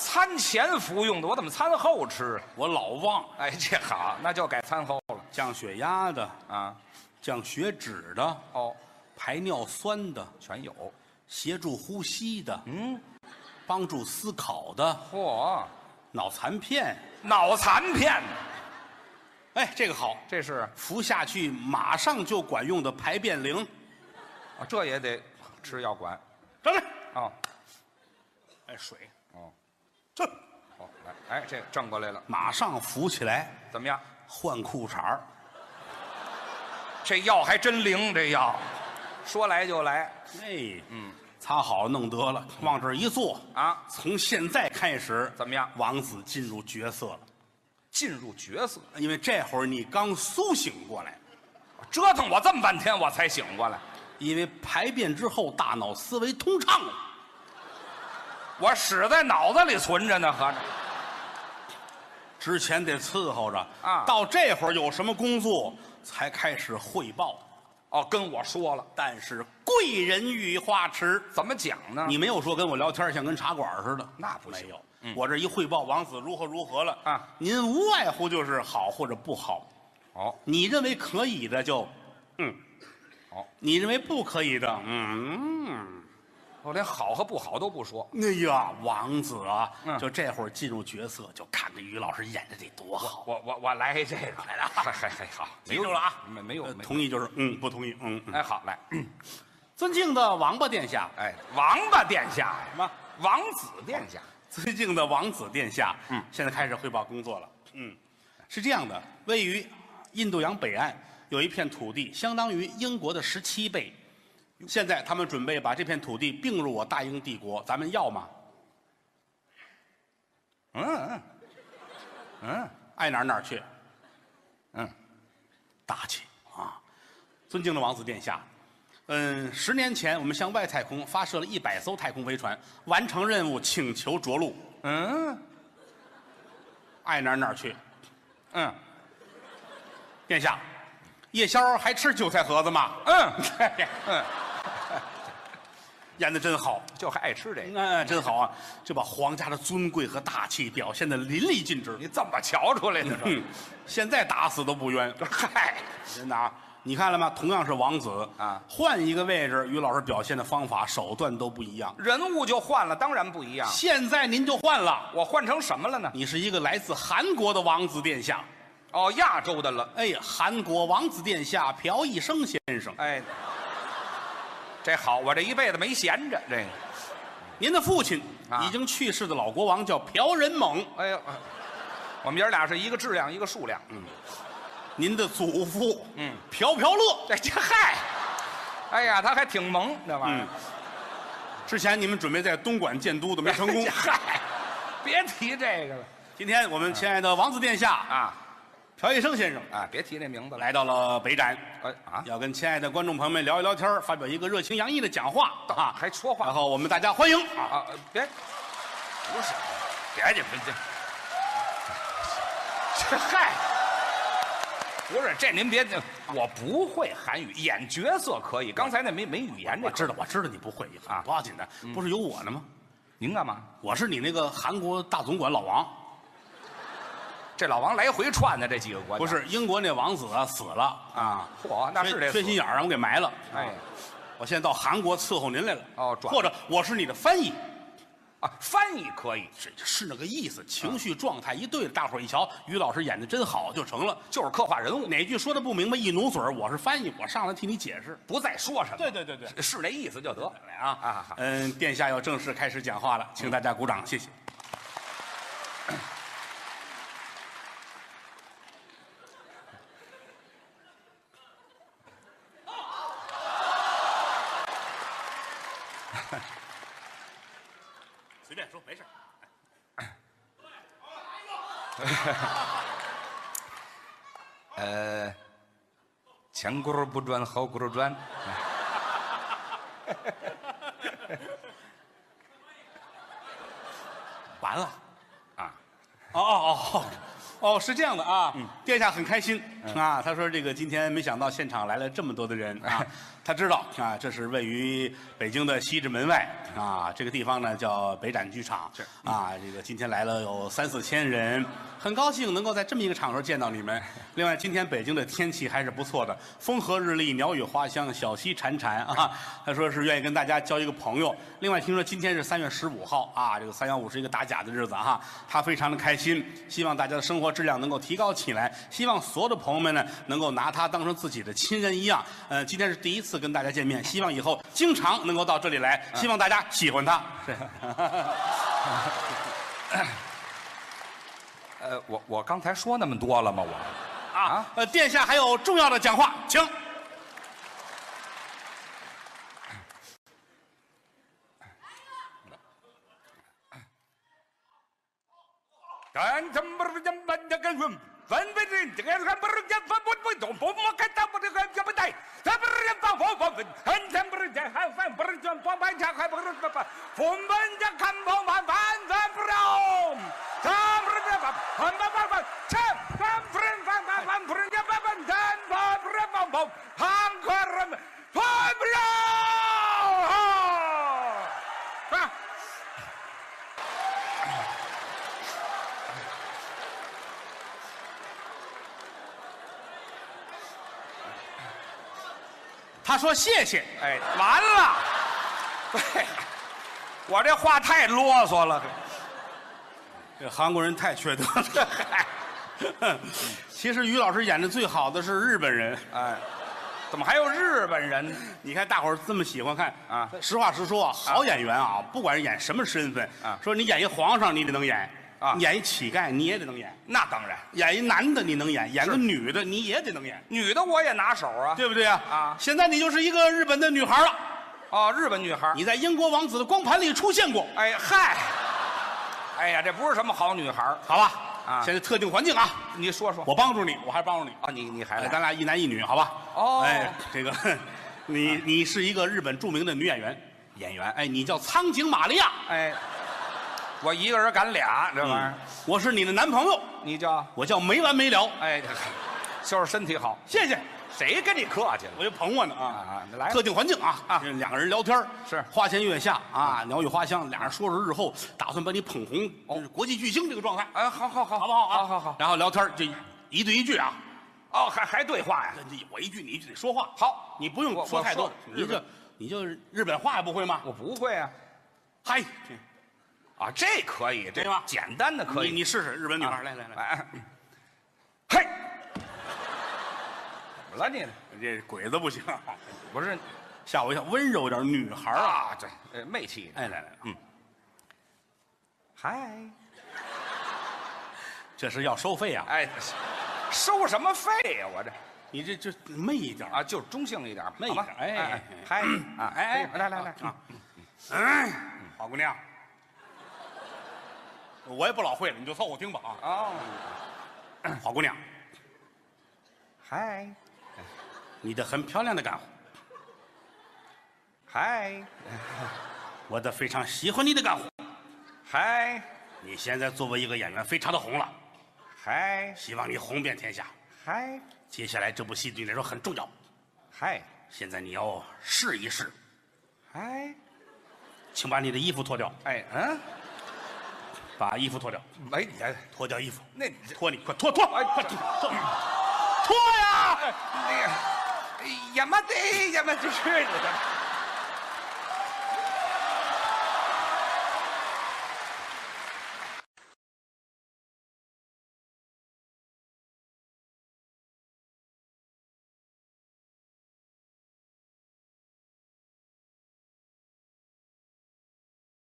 Speaker 2: 餐前服用的，我怎么餐后吃啊？
Speaker 1: 我老忘
Speaker 2: 哎，这好，那就改餐后了
Speaker 1: 降血压的，
Speaker 2: 啊。
Speaker 1: 降血脂的，
Speaker 2: 哦，
Speaker 1: 排尿酸的，
Speaker 2: 全有。
Speaker 1: 协助呼吸的，
Speaker 2: 嗯，
Speaker 1: 帮助思考的，
Speaker 2: 嚯、
Speaker 1: 脑残片，
Speaker 2: 脑残片，
Speaker 1: 哎，这个好，
Speaker 2: 这是啊
Speaker 1: 服下去马上就管用的排便灵。
Speaker 2: 啊这也得吃药管
Speaker 1: 张嘴，
Speaker 2: 哦。
Speaker 1: 哎，水，
Speaker 2: 哦，
Speaker 1: 这
Speaker 2: 好，来，哎，这正过来了，
Speaker 1: 马上扶起来，
Speaker 2: 怎么样？
Speaker 1: 换裤衩儿
Speaker 2: 这药还真灵，这药，说来就来
Speaker 1: 哎，嗯，擦好了弄得了，往这儿一坐，
Speaker 2: 嗯啊！
Speaker 1: 从现在开始
Speaker 2: 怎么样
Speaker 1: 王子进入角色了，
Speaker 2: 进入角色，
Speaker 1: 因为这会儿你刚苏醒过来，
Speaker 2: 折腾我这么半天，我才醒过来。
Speaker 1: 因为排便之后大脑思维通畅了。
Speaker 2: 我屎在脑子里存着呢，合着
Speaker 1: 之前得伺候着
Speaker 2: 啊
Speaker 1: 到这会儿有什么工作才开始汇报，
Speaker 2: 哦，跟我说了，
Speaker 1: 但是贵人遇花池，
Speaker 2: 怎么讲呢？
Speaker 1: 你没有说跟我聊天像跟茶馆似的，
Speaker 2: 那不行
Speaker 1: 没有。我这一汇报王子如何如何了
Speaker 2: 嗯啊，
Speaker 1: 您无外乎就是好或者不好，
Speaker 2: 哦，
Speaker 1: 你认为可以的就，嗯，
Speaker 2: 好，
Speaker 1: 你认为不可以的，嗯，
Speaker 2: 我连好和不好都不说，
Speaker 1: 哎呀，王子啊，
Speaker 2: 嗯
Speaker 1: 就这会儿进入角色，就看这于老师演的得多好。
Speaker 2: 我我我来这个
Speaker 1: 来了啊
Speaker 2: 嗨嗨嗨，好，
Speaker 1: 记住了啊
Speaker 2: 没没有
Speaker 1: 呃
Speaker 2: 没有，
Speaker 1: 同意就是嗯，不同意嗯。嗯
Speaker 2: 哎好来，
Speaker 1: 尊敬的王八殿下，
Speaker 2: 哎，王八殿下呀，
Speaker 1: 么
Speaker 2: 王子殿下，
Speaker 1: 尊敬的王子殿下，嗯，现在开始汇报工作了。嗯，是这样的，位于印度洋北岸有一片土地，相当于英国的十七倍。现在他们准备把这片土地并入我大英帝国，咱们要吗？
Speaker 2: 嗯嗯嗯，
Speaker 1: 爱哪儿哪儿去。
Speaker 2: 嗯，
Speaker 1: 大气啊！尊敬的王子殿下，嗯，十年前我们向外太空发射了一百艘太空飞船，完成任务，请求着陆。
Speaker 2: 嗯
Speaker 1: 爱哪儿哪儿去。
Speaker 2: 嗯
Speaker 1: 殿下，夜宵还吃韭菜盒子吗？
Speaker 2: 嗯，
Speaker 1: 嗯，演的真好，
Speaker 2: 就还爱吃这个，
Speaker 1: 那、真好啊！这把皇家的尊贵和大气表现的淋漓尽致。
Speaker 2: 你这么瞧出来的这
Speaker 1: 嗯， 现在打死都不 冤。嗨，真的啊！你看了吗？同样是王子
Speaker 2: 啊
Speaker 1: 换一个位置，于老师表现的方法、手段都不一样。
Speaker 2: 人物就换了，当然不一样。
Speaker 1: 现在您就换了，
Speaker 2: 我换成什么了呢？
Speaker 1: 你是一个来自韩国的王子殿下。
Speaker 2: 哦，亚洲的了。
Speaker 1: 哎呀，韩国王子殿下朴一生先生，
Speaker 2: 哎，这好，我这一辈子没闲着。这个，
Speaker 1: 您的父亲、
Speaker 2: 啊
Speaker 1: 已经去世的老国王叫朴仁猛，
Speaker 2: 哎呦，我们爷儿俩是一个质量，一个数量。
Speaker 1: 您的祖父
Speaker 2: 嗯
Speaker 1: 朴朴乐。
Speaker 2: 这这嗨，哎呀，他还挺萌，这玩
Speaker 1: 嗯
Speaker 2: 意儿。，。
Speaker 1: 之前你们准备在东莞建都的没成功
Speaker 2: 嗯 嗨，别提这个了
Speaker 1: 今天我们亲爱的王子殿下
Speaker 2: 啊
Speaker 1: 朴一生先生
Speaker 2: 啊！别提这名字了。
Speaker 1: 来到了北展，
Speaker 2: 哎啊，
Speaker 1: 要跟亲爱的观众朋友们聊一聊天儿，发表一个热情洋溢的讲话啊，
Speaker 2: 还说话
Speaker 1: 然后我们大家欢迎啊！
Speaker 2: 啊，别，不是，别你们这，这嗨，不是这您别，我不会韩语，演角色可以，刚才那没没语言这
Speaker 1: 我
Speaker 2: 可以
Speaker 1: 知道，我知道你不会
Speaker 2: 啊
Speaker 1: 不要紧的，不是有我呢吗？
Speaker 2: 您干嘛？
Speaker 1: 我是你那个韩国大总管老王，
Speaker 2: 这老王来回串的这几个国家，
Speaker 1: 不是英国那王子啊死了啊，
Speaker 2: 嚯，那是
Speaker 1: 缺
Speaker 2: 这
Speaker 1: 缺心眼儿让我给埋了。
Speaker 2: 哎
Speaker 1: 啊，我现在到韩国伺候您来了。
Speaker 2: 哦转
Speaker 1: 或者我是你的翻译，
Speaker 2: 啊，翻译可以，
Speaker 1: 这是那个意思，情绪状态一对了，大伙儿一瞧，于老师演的真好，就成了。
Speaker 2: 就是刻画人物，
Speaker 1: 哪句说的不明白，一努嘴儿我是翻译，我上来替你解释。
Speaker 2: 不再说什么，
Speaker 1: 对对对对，
Speaker 2: 是这意思就得。
Speaker 1: 来啊
Speaker 2: 啊好
Speaker 1: 嗯，殿下要正式开始讲话了，请大家鼓掌，谢谢。 随便说，没事儿。
Speaker 2: 前轱辘不转，后轱辘 转。
Speaker 1: 完了，
Speaker 2: 啊，
Speaker 1: 哦哦哦，哦，是这样的啊，殿下很开心啊，他说这个今天没想到现场来了这么多的人啊， 他知道啊，这是位于北京的西直门外啊，这个地方呢叫北展剧场，是啊，这个今天来了有三四千人，很高兴能够在这么一个场合见到你们。另外，今天北京的天气还是不错的，风和日丽，鸟语花香，小溪潺潺啊。他说是愿意跟大家交一个朋友。另外，听说今天是三月十五号啊，这个三幺五是一个打假的日子啊，他非常的开心，希望大家的生活质量能够提高起来，希望所有的朋友们呢能够拿他当成自己的亲人一样。呃，今天是第一次跟大家见面，希望以后经常能够到这里来，希望大家喜欢他。是
Speaker 2: 呃，我我刚才说那么多了吗？我
Speaker 1: 啊，呃，殿下还有重要的讲话，请。
Speaker 6: Hang
Speaker 1: 他说谢谢，
Speaker 2: 哎，完了，对，我这话太啰嗦了。
Speaker 1: 这韩国人太缺德了。其实于老师演的最好的是日本人，
Speaker 2: 哎，怎么还有日本人呢？
Speaker 1: 你看大伙儿这么喜欢看
Speaker 2: 啊
Speaker 1: 实话实说啊，好演员啊，不管是演什么身份
Speaker 2: 啊
Speaker 1: 说你演一皇上你得能演
Speaker 2: 啊
Speaker 1: 演一乞丐你也得能演，
Speaker 2: 那当然，
Speaker 1: 演一男的你能演，演个女的你也得能演，
Speaker 2: 女的我也拿手啊。
Speaker 1: 对不对啊？
Speaker 2: 啊
Speaker 1: 现在你就是一个日本的女孩了，
Speaker 2: 哦，日本女孩。
Speaker 1: 你在英国王子的光盘里出现过，
Speaker 2: 哎嗨，哎呀，这不是什么好女孩儿
Speaker 1: 好吧？
Speaker 2: 啊
Speaker 1: 现在特定环境啊，
Speaker 2: 你说说。
Speaker 1: 我帮助你，我还帮助你。
Speaker 2: 啊，你你还
Speaker 1: 哎，
Speaker 2: 来？
Speaker 1: 咱俩一男一女，好吧？
Speaker 2: 哦嗯
Speaker 1: 哎，这个，你你是一个日本著名的女演员，演员，哎，你叫苍井玛利亚，
Speaker 2: 哎，我一个人赶俩，这玩意儿，
Speaker 1: 嗯我是你的男朋友，
Speaker 2: 你叫
Speaker 1: 我叫没完没了，
Speaker 2: 哎，就是身体好，
Speaker 1: 谢谢，
Speaker 2: 谁跟你客气了
Speaker 1: 我就捧我呢啊。
Speaker 2: 啊？来，
Speaker 1: 特定环境啊
Speaker 2: 啊
Speaker 1: 这两个人聊天儿
Speaker 2: 是嗯
Speaker 1: 花前月下啊，鸟语花香，俩人说说日后打算把你捧红，就是国际巨星这个状态，
Speaker 2: 哎，好好好，
Speaker 1: 好不好啊？
Speaker 2: 哦好好好。
Speaker 1: 然后聊天儿就一对一句啊，
Speaker 2: 哦，还还对话呀？
Speaker 1: 我一句你一句得说话，
Speaker 2: 好
Speaker 1: 你不用
Speaker 2: 我
Speaker 1: 说
Speaker 2: 我
Speaker 1: 太多
Speaker 2: 说，
Speaker 1: 你
Speaker 2: 日
Speaker 1: 就
Speaker 2: 本
Speaker 1: 你就日本话也不会吗？
Speaker 2: 我不会啊。
Speaker 1: 嗨，
Speaker 2: 嗯啊，这可以，这
Speaker 1: 对吧
Speaker 2: 简单的可以。
Speaker 1: 你你试试日本女孩，来啊来来，
Speaker 2: 来，嘿，怎么了你？
Speaker 1: 这鬼子不行，啊
Speaker 2: 不是
Speaker 1: 吓我一跳，温柔点，女孩啊，
Speaker 2: 啊，对，呃媚气。
Speaker 1: 哎来来，嗯，
Speaker 2: 嗨，
Speaker 1: 这是要收费啊，
Speaker 2: 哎，收什么费呀？我这
Speaker 1: 你这这媚一点
Speaker 2: 啊，就中性一点吧，
Speaker 1: 媚一
Speaker 2: 好吧
Speaker 1: 点？哎
Speaker 2: 嗨啊，
Speaker 1: 哎哎，
Speaker 2: 来来来，
Speaker 1: 啊，哎，好姑娘，我也不老会了，你就凑合听吧啊，
Speaker 2: 哦，
Speaker 1: 好姑娘，
Speaker 2: 嗨
Speaker 1: 你的很漂亮的干活，
Speaker 2: 嗨
Speaker 1: 我的非常喜欢你的干活，
Speaker 2: 嗨
Speaker 1: 你现在作为一个演员非常的红了，
Speaker 2: 嗨
Speaker 1: 希望你红遍天下，
Speaker 2: 嗨
Speaker 1: 接下来这部戏对你来说很重要，
Speaker 2: 嗨
Speaker 1: 现在你要试一试，
Speaker 2: 嗨，
Speaker 1: 请把你的衣服脱掉。
Speaker 2: 哎嗯，
Speaker 1: 把衣服脱掉，
Speaker 2: 哎你这
Speaker 1: 脱掉衣服，
Speaker 2: 那你这
Speaker 1: 脱你，快脱脱，
Speaker 2: 哎
Speaker 1: 快脱脱脱呀！
Speaker 2: 那个哎呀妈的呀妈，这是你的